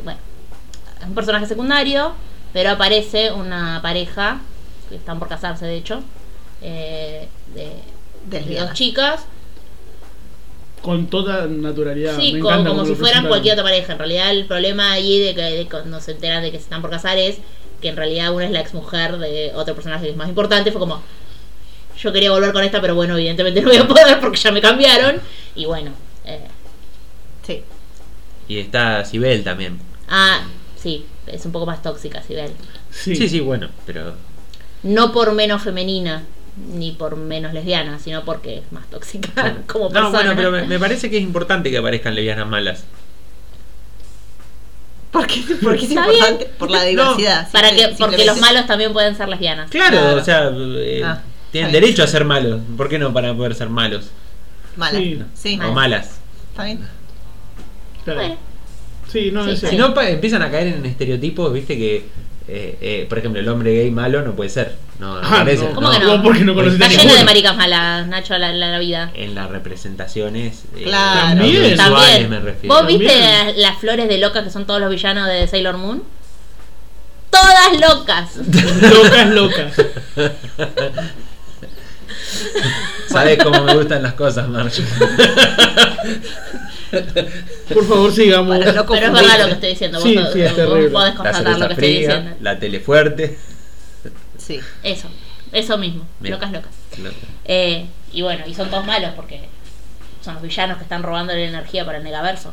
Bueno, es un personaje secundario, pero aparece una pareja, que están por casarse de hecho, eh, de, de
Lesbiana.
dos chicas,
Con toda naturalidad.
sí,
me
co-
encanta
como,
cómo
si
lo
fueran
presentan.
cualquier otra pareja. En realidad, el problema ahí de que de cuando se enteran de que se están por casar es que en realidad una es la exmujer de otro personaje que es más importante. Fue como, yo quería volver con esta, pero bueno, evidentemente no voy a poder porque ya me cambiaron. Y bueno, eh,
Sí.
Y está Sibel también.
ah, sí, es un poco más tóxica, Sibel.
Sí.
Sí. sí, bueno, pero.
no por menos femenina ni por menos lesbiana, sino porque es más tóxica Ah, como
No,
persona.
bueno, pero me, me parece que es importante que aparezcan lesbianas malas.
¿Por qué, por qué es
Está
importante? Por la diversidad.
Para
simple-
que, porque
simplemente.
los malos también pueden ser lesbianas.
Claro,
Claro.
o sea, eh,
Ah,
tienen
está bien.
derecho a ser malos. ¿Por qué no para poder ser malos?
Mala.
Sí.
Sí.
O malas.
¿Está bien?
Claro.
Bueno,
Sí, no,
Sí,
es
sí.
Si no, pa- empiezan a caer en estereotipos, viste que, eh, eh, por ejemplo, el hombre gay malo no puede ser. No, no
Ah,
aparece,
no.
¿Cómo que no?
No, porque no conociste
está
a
llena
ninguno.
de maricas malas, Nacho, la, la, la vida.
En las representaciones. eh,
Claro.
También.
audiovisuales
También.
me refiero.
¿Vos viste
También.
las, las flores de locas que son todos los villanos de Sailor Moon? Todas locas.
Locas, locas.
Sabes cómo me gustan las cosas, Marge.
Por favor, sigamos.
Para no
Pero es
confundirse.
verdad lo que estoy diciendo. Vos,
Sí,
to-
sí, es
vos
terrible.
podés
La
constatar lo
cerveza
que estoy diciendo.
fría, la tele fuerte.
Sí.
Eso, eso mismo.
Bien.
Locas, locas. Eh, y bueno, y son todos malos porque son los villanos que están robando la energía para el negaverso.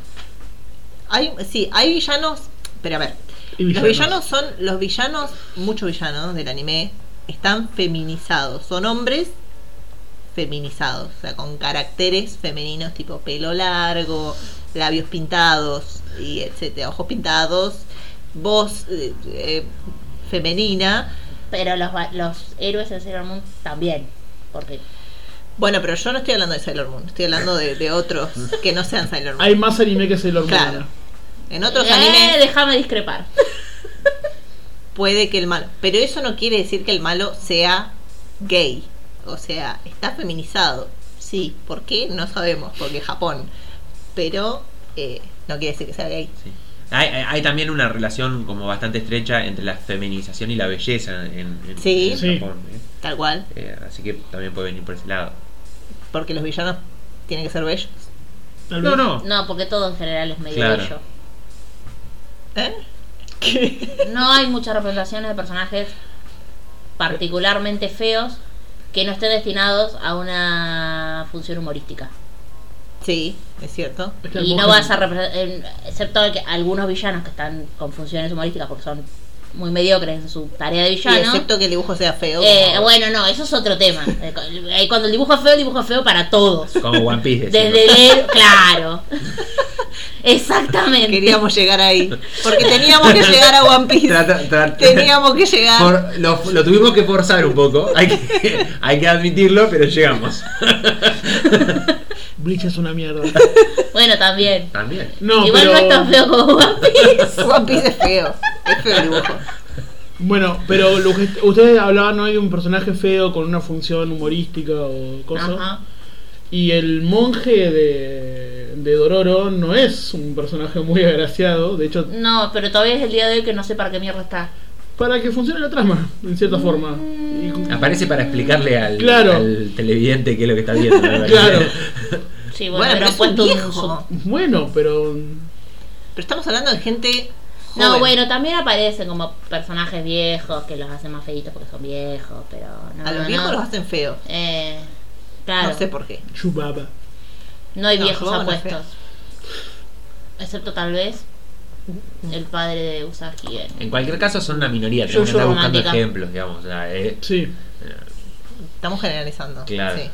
Hay, sí, hay villanos. Pero a ver.
Y
Los villanos son. Los villanos, muchos villanos del anime, están feminizados. Son hombres feminizados. O sea, con caracteres femeninos tipo pelo largo, labios pintados, y etcétera, ojos pintados, voz eh, eh, femenina.
Pero los, va- los héroes en Sailor Moon también. Porque
Bueno, pero yo no estoy hablando de Sailor Moon, estoy hablando de, de otros que no sean Sailor Moon.
Hay más anime que Sailor Moon.
Claro.
ahora.
En otros
Eh,
animes
déjame discrepar.
puede que el malo. Pero eso no quiere decir que el malo sea gay. O sea, está feminizado. Sí, ¿por qué? No sabemos, porque es Japón. Pero eh, no quiere decir que sea gay.
Sí. Hay, hay- hay también una relación como bastante estrecha entre la feminización y la belleza en, en-
Sí.
en
Sí.
Japón. ¿eh?
Tal cual,
Eh, así que también puede venir por ese lado.
porque los villanos tienen que ser bellos.
Tal
No,
vez.
no.
No, porque todo en general es medio
Claro.
bello.
¿Eh? ¿Qué?
No hay muchas representaciones de personajes particularmente feos que no estén destinados a una función humorística.
Sí, es cierto.
Es que
Y
vos-
no vas a representar, en- excepto que algunos villanos que están con funciones humorísticas porque son muy mediocres en su tarea de
Y
villano.
excepto que el dibujo sea feo.
Eh,
como-
bueno, no, eso es otro tema. Eh, cu- eh, Cuando el dibujo es feo, el dibujo es feo para todos.
Como One Piece.
Desde
decimos.
el héroe, claro. Exactamente.
Queríamos llegar ahí. Porque teníamos que llegar a One Piece.
Trata- tra-
Teníamos que llegar.
for- lo, lo tuvimos que forzar un poco, hay que, hay que admitirlo, pero llegamos.
Bleach es una mierda.
Bueno, también.
También.
No,
Igual
pero,
no es tan feo como One Piece.
One Piece es feo. Es feo el dibujo.
Bueno, pero lo que- ustedes hablaban hoy de un personaje feo con una función humorística o cosa.
Ajá.
Y el monje de, de Dororo no es un personaje muy agraciado. De hecho,
No, pero todavía es el día de hoy que no sé para qué mierda está.
para que funcione la trama, en cierta forma. Y-
Aparece para explicarle al,
Claro.
al televidente qué es lo que está viendo. me parece.
Claro.
Sí,
Bueno,
bueno,
pero
pero
es un
puesto un
viejo.
Bueno, pero.
Pero estamos hablando de gente.
sub- No,
joven.
bueno, también aparecen como personajes viejos que los hacen más feitos porque son viejos, pero no.
A los
no,
viejos
no.
los hacen feos.
Eh, claro.
No sé por qué.
Chupapa.
No hay
No,
viejos
supongo que no
apuestos. Excepto tal vez el padre de Usagi. en-
En cualquier caso, son una minoría.
Yo
Tenemos que
soy
estar buscando
romántica.
ejemplos, digamos. o sea, eh,
Sí.
Estamos generalizando.
Claro.
Sí.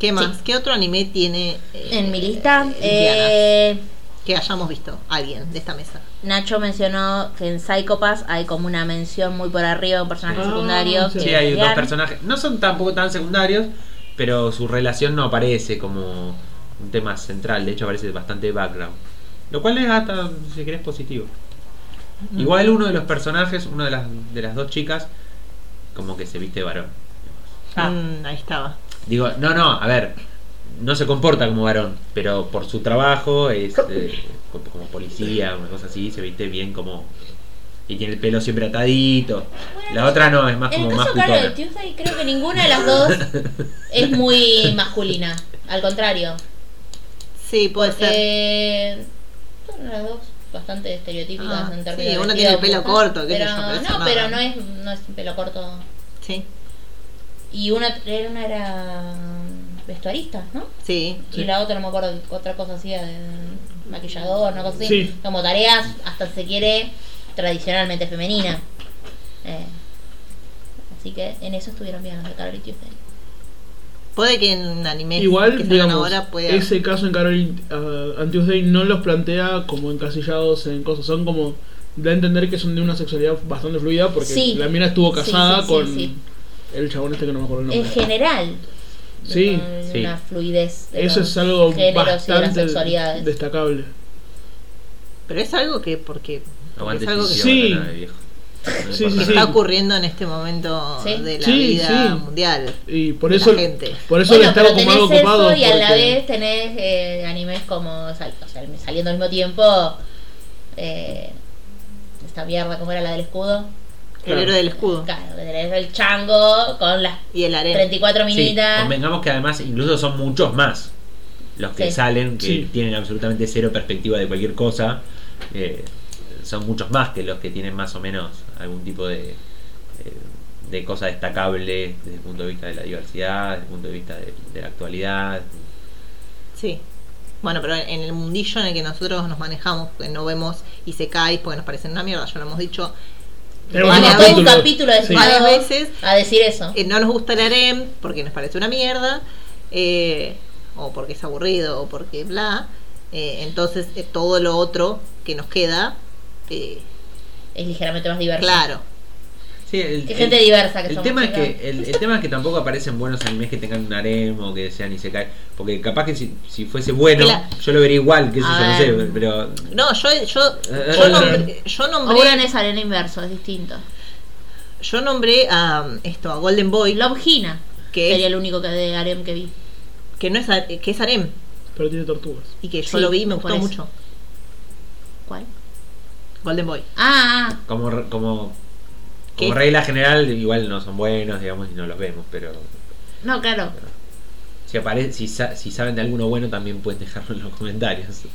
¿Qué más? ¿Qué otro anime tiene eh,
En mi lista,
eh,
eh,
Indiana, que hayamos visto? Alguien de esta mesa.
Nacho mencionó que en Psycho Pass hay como una mención muy por arriba de un personaje
Ah,
secundario.
sí.
que
sí, hay
es
dos
lesbiana.
personajes. No son tampoco tan secundarios, pero su relación no aparece como un tema central. De hecho, aparece bastante background. Lo cual es hasta, si querés, positivo.
Mm.
Igual uno de los personajes, una de las, de las dos chicas, como que se viste de varón.
Ah.
Mm, ahí estaba.
Digo, no, no, a ver, no se comporta como varón, pero por su trabajo es eh, como, como policía, una cosa así, se viste bien como... Y tiene el pelo siempre atadito. La otra no, es más
En
como
el
más
caso claro de
putona.
Tuesday, creo que ninguna de las dos es muy masculina. Al contrario.
Sí, puede ser.
Eh, son las dos bastante estereotípicas
Ah,
en
sí,
términos de
una
vestido,
tiene el pelo
mujer,
corto, qué sé
pero,
yo, pero eso
no,
no.
pero no es, no es un pelo corto.
Sí,
Y una era, una era vestuarista, ¿no?
sí.
Sí.
Y la otra, no me acuerdo, otra cosa hacía de maquillador, una cosa así.
Sí.
Como tareas, hasta se quiere, tradicionalmente femenina. Eh, así que en eso estuvieron bien los de Carol y Tuesday.
Puede que en anime que
Igual,
salgan
digamos,
ahora pueda.
ese caso en Carol uh, and Tuesday no los plantea como encasillados en cosas, son como da a entender que son de una sexualidad bastante fluida porque
Sí.
la mina estuvo
Sí,
casada
sí, sí,
con
sí.
el chabón este que no me acuerdo el
En
nombre.
general.
Sí,
con
sí.
Una fluidez. de
eso
los
es algo
géneros y de las
bastante
sexualidades.
destacable.
Pero es algo que, porque. porque
Aguante
es algo que,
Sissi,
Sí.
abandona de viejo. No importa
Sí,
que
sí,
nada.
está ocurriendo en este momento
Sí.
de la
Sí,
vida
sí.
mundial.
Y por
de la
eso,
gente.
por eso le
Bueno,
estaba
pero
como
tenés
algo
eso
ocupado.
y a la
porque-
vez tenés eh, animes como sal- o sea, saliendo al mismo tiempo eh, esta mierda como era la del escudo
Claro.
El héroe del escudo.
claro tenés el chango con las
Y el arena.
34
Sí,
minitas
convengamos que además incluso son muchos más los que
Sí.
salen, que
Sí.
tienen absolutamente cero perspectiva de cualquier cosa. Eh, son muchos más que los que tienen más o menos algún tipo de, eh, de cosa destacable desde el punto de vista de la diversidad, desde el punto de vista de, de la actualidad.
Sí. Bueno, pero en el mundillo en el que nosotros nos manejamos, que no vemos y se cae porque nos parecen una mierda, ya lo hemos dicho.
Tenemos
Vale,
un
todo un
capítulo de
Sí.
Vale.
Varias veces
a decir eso
Eh, no nos gusta el harem porque nos parece una mierda, eh, o porque es aburrido, o porque bla. eh, entonces, eh, todo lo otro que nos queda, eh,
es ligeramente más diverso
claro.
Sí, el,
qué
el-
gente diversa que
El
somos,
tema, es
chicos.
que, el, el tema es que tampoco aparecen buenos animes que tengan un harem o que sean y se caen. Porque capaz que si, si fuese bueno,
Claro.
yo lo vería igual, que sé
A
yo, no
ver.
sé, pero
No, yo, yo,
Eh,
yo
eh,
nombré, yo
Ouran
nombré,
es arena inverso es distinto este-
yo nombré a esto, a Golden Boy,
Love Hina
¿Qué?
sería el único que de harem que vi
que no es a- que es harem,
Pero tiene tortugas.
y que yo
Sí,
lo vi y me
por
gustó
eso.
mucho.
¿cuál?
Golden Boy.
ah, ah
como, re- como,
¿Qué?
como regla general, igual no son buenos, digamos, y no los vemos, pero
no claro
si aparece, si, sa- si saben de alguno bueno también pueden dejarlo en los comentarios.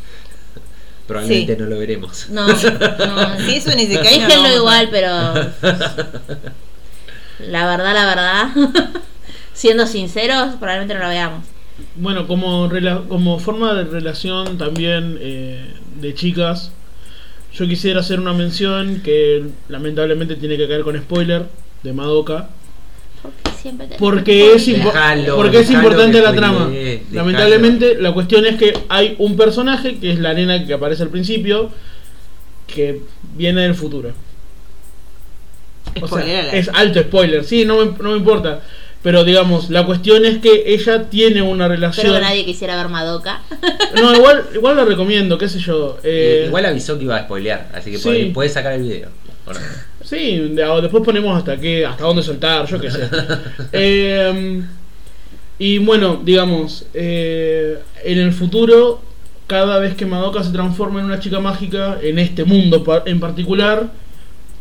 Probablemente
Sí.
no lo veremos.
no, no
Sí, es un isekai, no lo
Déjenlo
vamos a-
igual, pero. La verdad, la verdad. Siendo sinceros, probablemente no lo veamos.
Bueno, como, rela- como forma de relación también eh, de chicas, yo quisiera hacer una mención que lamentablemente tiene que caer con spoiler de Madoka.
siempre tenés
Porque es,
Spoiler.
impo-
Dejalo,
porque es
dejalo
importante
que
la
spoilee,
trama.
dejalo.
Lamentablemente, la cuestión es que hay un personaje que es la nena que aparece al principio que viene del futuro. O sea,
Spoiler alert.
es alto spoiler, sí, no me, no me importa. Pero digamos, la cuestión es que ella tiene una relación.
Espero que nadie quisiera ver Madoka.
No, igual, igual lo recomiendo, qué sé yo. eh,
Eh, Igual avisó que iba a spoilear, así que
Sí.
podés, podés sacar el video. ¿o no?
Sí, de- o después ponemos hasta qué, hasta dónde soltar, yo qué sé. Eh, y bueno, digamos, eh, en el futuro, cada vez que Madoka se transforma en una chica mágica, en este mundo pa- en particular,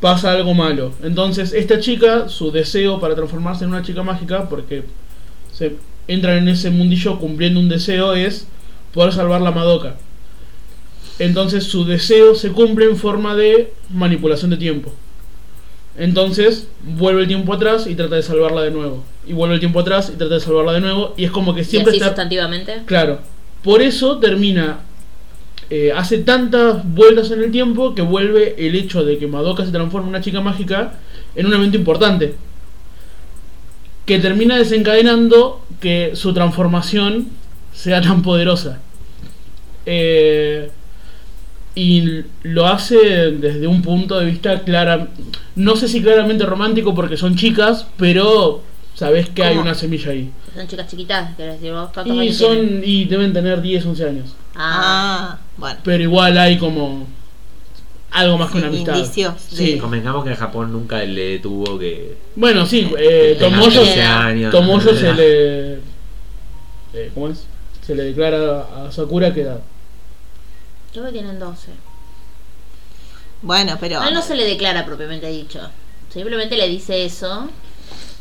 pasa algo malo. Entonces, esta chica, su deseo para transformarse en una chica mágica, porque se entran en ese mundillo cumpliendo un deseo, es poder salvar la Madoka. Entonces su deseo se cumple en forma de manipulación de tiempo. Entonces vuelve el tiempo atrás y trata de salvarla de nuevo. Y vuelve el tiempo atrás y trata de salvarla de nuevo. Y es como que siempre
y así
está...
sustantivamente.
Claro. Por eso termina. eh, hace tantas vueltas en el tiempo que vuelve el hecho de que Madoka se transforma en una chica mágica en un evento importante. Que termina desencadenando que su transformación sea tan poderosa. Eh, y lo hace desde un punto de vista clara. No sé si claramente romántico porque son chicas, pero sabes que hay
¿Cómo?
una semilla ahí.
Son chicas chiquitas, quiero decir, vos cuántos
Y
años tienen?
son y deben tener 10, 11 años.
Ah,
Ah, bueno.
Pero igual hay como algo más que una
Sí,
amistad.
indicios de-
Sí.
Convengamos que en Japón nunca le detuvo que.
Bueno, sí, eh,
tenga
Tomoyo,
15 años.
Tomoyo se le eh, ¿cómo es? Se le declara a Sakura que edad.
creo que tienen 12.
Bueno, pero.
A él no se le declara propiamente dicho. Simplemente le dice eso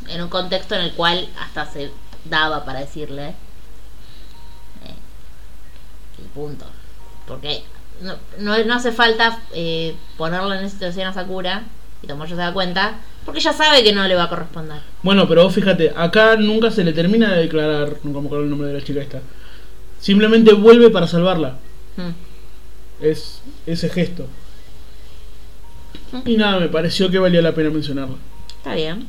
en un contexto en el cual hasta se daba para decirle. eh, y punto. Porque no, no, no hace falta eh, ponerle en esa situación a Sakura. Y Tomoyo se da cuenta. Porque ya sabe que no le va a corresponder.
Bueno, pero vos fíjate, acá nunca se le termina de declarar, nunca me acuerdo el nombre de la chica esta. Simplemente vuelve para salvarla.
Mm.
Es ese gesto. Y nada, me pareció que valía la pena mencionarla.
Está bien.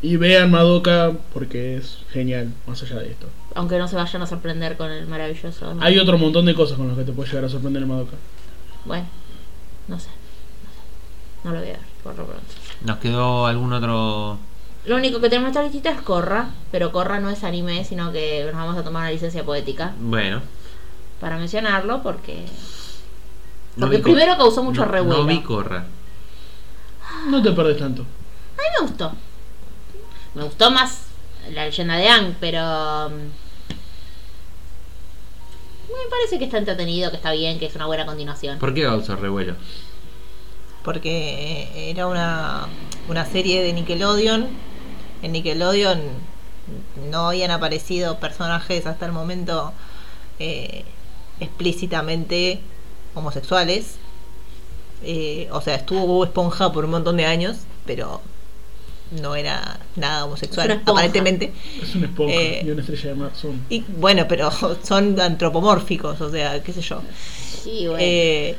Y vean Madoka porque es genial, más allá de esto.
Aunque no se vayan a sorprender con el maravilloso.
Hay otro montón de cosas con las que te puede llegar a sorprender el Madoka.
Bueno, no sé. No, sé. No lo voy a ver por lo pronto.
Nos quedó algún otro.
Lo único que tenemos en esta listita es Corra, pero Corra no es anime, sino que nos vamos a tomar una licencia poética
Bueno.
para mencionarlo porque
no
Porque
vi
primero
Cor-
causó mucho
no-
revuelo.
No vi Corra.
No te perdes tanto.
a mí me gustó. Me gustó más la leyenda de Ang, pero mm, me parece que está entretenido, que está bien, que es una buena continuación.
¿Por qué causó revuelo?
porque eh, era una, una serie de Nickelodeon. En Nickelodeon no habían aparecido personajes hasta el momento eh, explícitamente homosexuales. Eh, o sea, estuvo Bob Esponja por un montón de años, pero no era
Es
nada
una
homosexual,
esponja.
aparentemente.
Es una esponja
Eh.
y una estrella de mar son.
Y bueno, pero son antropomórficos, o sea, qué sé yo.
Sí, bueno.
Eh,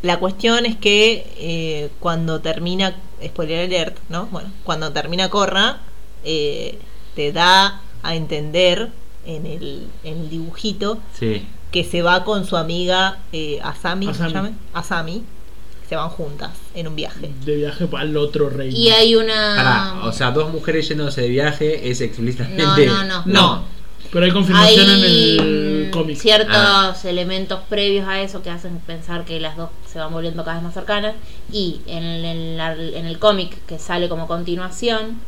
la cuestión es que eh, cuando termina, spoiler alert, ¿no? Bueno, cuando termina Corra, eh, te da a entender en el, en el dibujito
Sí.
que se va con su amiga eh, Asami, ¿se
Asami.
llama? Asami, se van juntas en un viaje.
De viaje al otro reino.
y hay una
Pará, o sea, dos mujeres yéndose de viaje es explícitamente.
No, no, no.
No.
Pero hay confirmación
hay
en el
mm,
cómic.
ciertos
Ah.
elementos previos a eso que hacen pensar que las dos se van volviendo cada vez más cercanas y en, el- en la- en el cómic que sale como continuación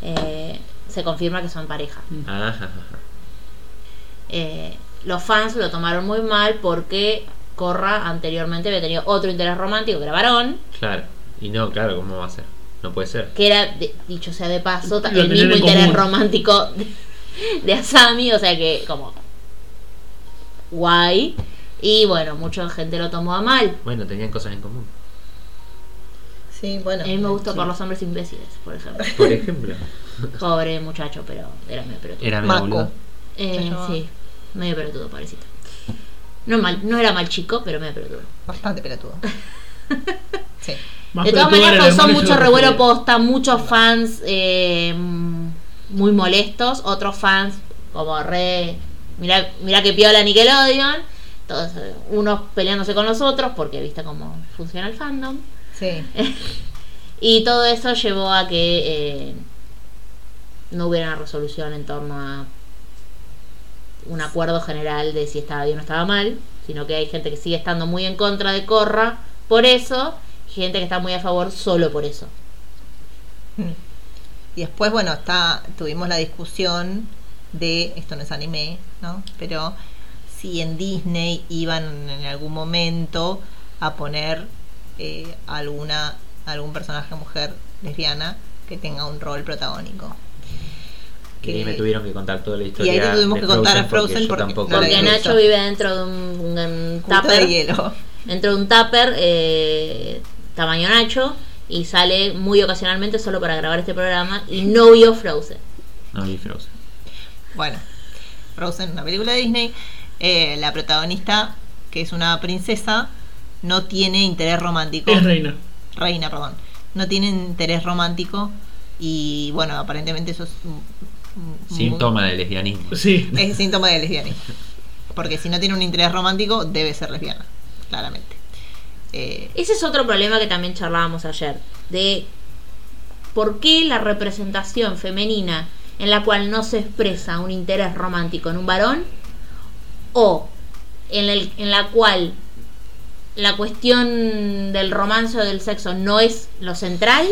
eh, se confirma que son pareja
Mm.
Ajá, ajá.
Eh, los fans lo tomaron muy mal porque Corra anteriormente había tenido otro interés romántico que era varón
Claro. Y no, claro, ¿cómo va a ser? No puede ser.
que era de- dicho sea de paso ta-
Lo
el
tenían
mismo
en
interés
común.
romántico de, de Asami o sea que como guay y bueno mucha gente lo tomó a mal
Bueno, tenían cosas en común.
Sí, bueno.
a mí me gustó por los hombres imbéciles por ejemplo
Por ejemplo.
pobre muchacho pero era medio pelotudo
Era mi
Mako.
boludo.
Eh,
Se llamaba.
sí medio pelotudo pobrecito no mal no era mal chico pero medio pelotudo
Bastante pelotudo. sí.
Más
De todas
pelotudo
maneras
era el
causó
hermano y yo
mucho
lo
revuelo
preferí.
posta, muchos fans eh, muy molestos, otros fans como re... Mirá, mirá que piola Nickelodeon. Entonces, unos peleándose con los otros porque viste cómo funciona el fandom.
Sí.
Y todo eso llevó a que eh, no hubiera una resolución en torno a un acuerdo general de si estaba bien o estaba mal, sino que hay gente que sigue estando muy en contra de Corra por eso, y gente que está muy a favor solo por eso.
Y después, bueno, está, tuvimos la discusión de, esto no es anime, ¿no? Pero si en Disney iban en algún momento a poner eh, alguna, algún personaje mujer lesbiana que tenga un rol protagónico.
Que ahí me tuvieron que contar toda la
Y
historia.
ahí te tuvimos que contar a Frozen porque
yo tampoco
no la
Porque
había
vi.
visto.
Nacho vive dentro de un, un
Cubito de
tupper,
hielo.
dentro de un tupper eh, tamaño Nacho, y sale muy ocasionalmente solo para grabar este programa, y no vio Frozen.
No vi Frozen.
Bueno, Frozen, una película de Disney. eh, la protagonista, que es una princesa, no tiene interés romántico.
Es reina.
reina, perdón, no tiene interés romántico y bueno, aparentemente eso es un- un-
Síntoma de lesbianismo.
Sí.
un- es síntoma de lesbianismo. Porque si no tiene un interés romántico, debe ser lesbiana, claramente. Eh,
Ese es otro problema que también charlábamos ayer, de por qué la representación femenina en la cual no se expresa un interés romántico en un varón o en, el- en la cual la cuestión del romance o del sexo no es lo central,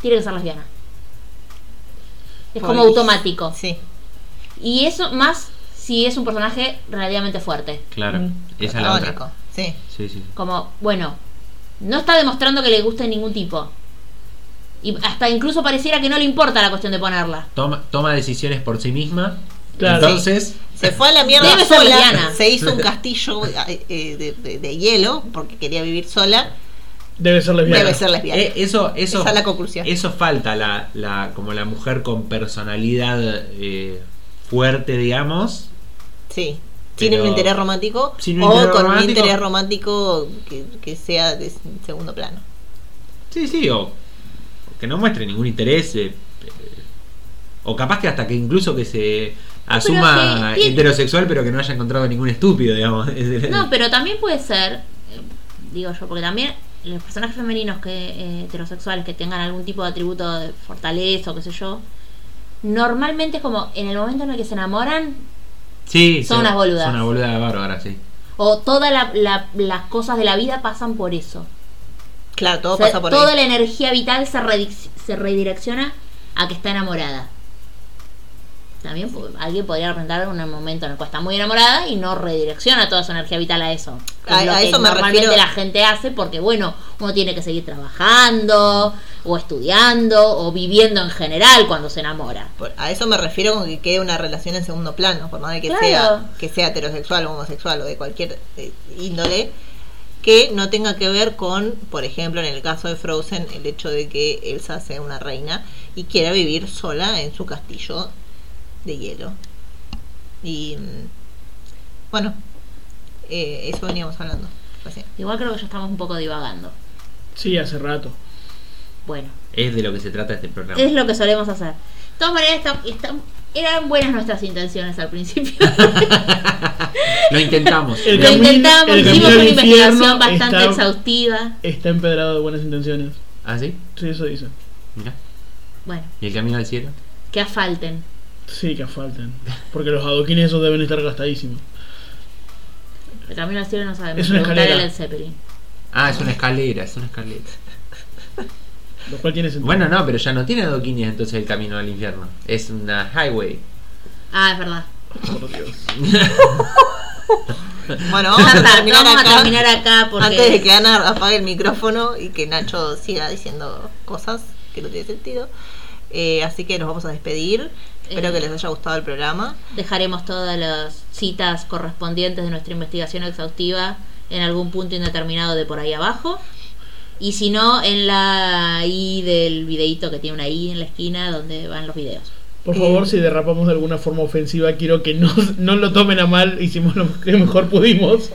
tiene que ser lesbiana. Es como
por-
automático.
oh, Sí,
Y eso más si es un personaje relativamente fuerte.
Claro.
Mm.
Esa es la
protagónico,
otra.
Sí,
Sí, sí.
como, bueno, no está demostrando que le guste ningún tipo. Y hasta incluso pareciera que no le importa la cuestión de ponerla.
Toma, toma decisiones por sí misma.
Claro.
Entonces,
se fue a la mierda
Debe ser
sola,
lesbiana.
se hizo un castillo eh, eh, de, de- de hielo porque quería vivir sola,
Debe ser lesbiana.
debe ser lesbiana.
eh, eso, eso,
Esa es la conclusión.
Eso falta, la, la, como la mujer con personalidad eh, fuerte, digamos.
Sí. Tiene
Pero-
un interés romántico
Sin un
o
interés
con un
romántico.
interés romántico que, que sea de s- segundo plano.
Sí, sí, o que no muestre ningún interés. eh, eh, o capaz que hasta que incluso que se asuma
se- tiene-
heterosexual, pero que no haya encontrado ningún estúpido, digamos.
No, pero también puede ser, eh, digo yo, porque también los personajes femeninos que eh, heterosexuales que tengan algún tipo de atributo de fortaleza o qué sé yo, normalmente es como en el momento en el que se enamoran
Sí,
Son
se-
unas boludas.
Son unas boludas bárbaras, sí.
o todas las cosas de la vida pasan por eso.
Claro, todo
O sea,
pasa por
toda
ahí.
la energía vital se, redic- se redirecciona a que está enamorada. También po- alguien podría representar un momento en el cual está muy enamorada y no redirecciona toda su energía vital a eso. que
A-
es lo
a
que
eso me
normalmente
refiero.
la gente hace porque, bueno, uno tiene que seguir trabajando o estudiando o viviendo en general cuando se enamora.
Por- a eso me refiero con que quede una relación en segundo plano, por más de que
Claro.
sea que sea heterosexual, homosexual o de cualquier eh, índole, que no tenga que ver con, por ejemplo, en el caso de Frozen, el hecho de que Elsa sea una reina y quiera vivir sola en su castillo de hielo. Y mm, bueno, eh, eso veníamos hablando. recién.
Igual creo que ya estamos un poco divagando.
Sí, hace rato.
Bueno,
Es de lo que se trata este programa.
es lo que solemos hacer. De todas maneras, esta- esta- eran buenas nuestras intenciones al principio.
Lo intentamos.
El
Lo
camino-
intentamos,
el
hicimos
camino
una
al
investigación
infierno
bastante
está-
exhaustiva.
Está empedrado de buenas intenciones.
¿Ah, sí?
Sí, eso dice.
Mira.
Bueno,
¿Y el camino al cielo?
que asfalten.
Sí, que faltan. Porque los adoquines esos deben estar gastadísimos.
El camino al cielo no sabemos.
Es una
Preguntarle
escalera.
a Led Zeppelin.
Ah, es una escalera, es una escalera.
Lo cual tiene sentido.
Bueno, no, pero ya no tiene adoquines entonces el camino al infierno. Es una highway.
Ah, es verdad.
Por Dios.
Ya
Bueno, vamos a
está,
terminar
vamos
acá.
a terminar acá porque
Antes de que Ana apague el micrófono y que Nacho siga diciendo cosas que no tiene sentido. Eh, así que nos vamos a despedir. Espero
Eh.
que les haya gustado el programa.
dejaremos todas las citas correspondientes de nuestra investigación exhaustiva en algún punto indeterminado de por ahí abajo. Y si no, en la I del videito que tiene una I en la esquina donde van los videos.
Por favor,
Eh.
si derrapamos de alguna forma ofensiva, quiero que no, no lo tomen a mal. Hicimos lo que mejor pudimos.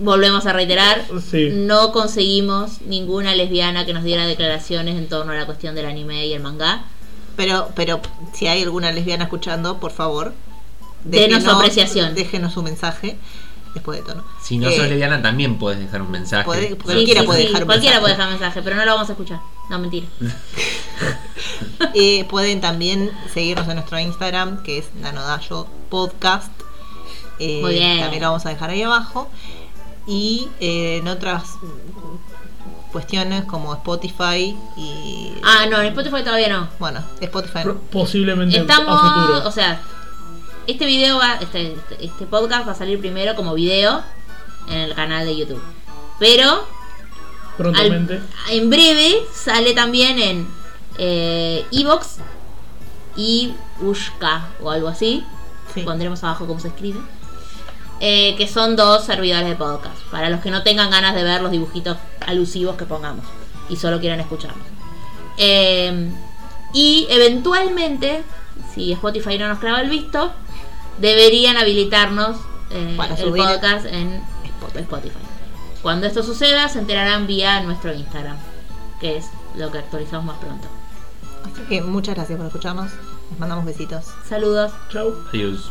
volvemos a reiterar,
Sí.
no conseguimos ninguna lesbiana que nos diera declaraciones en torno a la cuestión del anime y el manga.
Pero, pero si hay alguna lesbiana escuchando, por favor,
Denos su
déjenos-
apreciación.
Déjenos su mensaje después de tono.
Si no
Eh,
sos lesbiana también podés dejar un mensaje.
podés-
No,
Cualquiera puede dejar un
cualquiera
mensaje.
puede dejar mensaje, pero no lo vamos a escuchar. No, mentira.
Eh, pueden también seguirnos en nuestro Instagram, que es Nanodayo Podcast. Eh,
Muy bien.
También lo vamos a dejar ahí abajo. Y eh, en otras mm, cuestiones como Spotify y...
Ah, no, en Spotify todavía no.
Bueno, Spotify.
Pro- Posiblemente a
Mm. Estamos,
futuro.
o sea, este video va, este, este podcast va a salir primero como video en el canal de YouTube. Pero
prontamente.
al- en breve sale también en eh, Evox y Ushka o algo así.
Sí.
Pondremos abajo cómo se escribe. Eh, que son dos servidores de podcast. Para los que no tengan ganas de ver los dibujitos alusivos que pongamos y solo quieran escucharnos. Eh, y eventualmente, si Spotify no nos clava el visto, deberían habilitarnos eh,
Para
el
subir
podcast en Spotify. Cuando esto suceda, se enterarán vía nuestro Instagram, que es lo que actualizamos más pronto.
Así que muchas gracias por escucharnos. Les mandamos besitos.
Saludos.
Chau.
Adiós.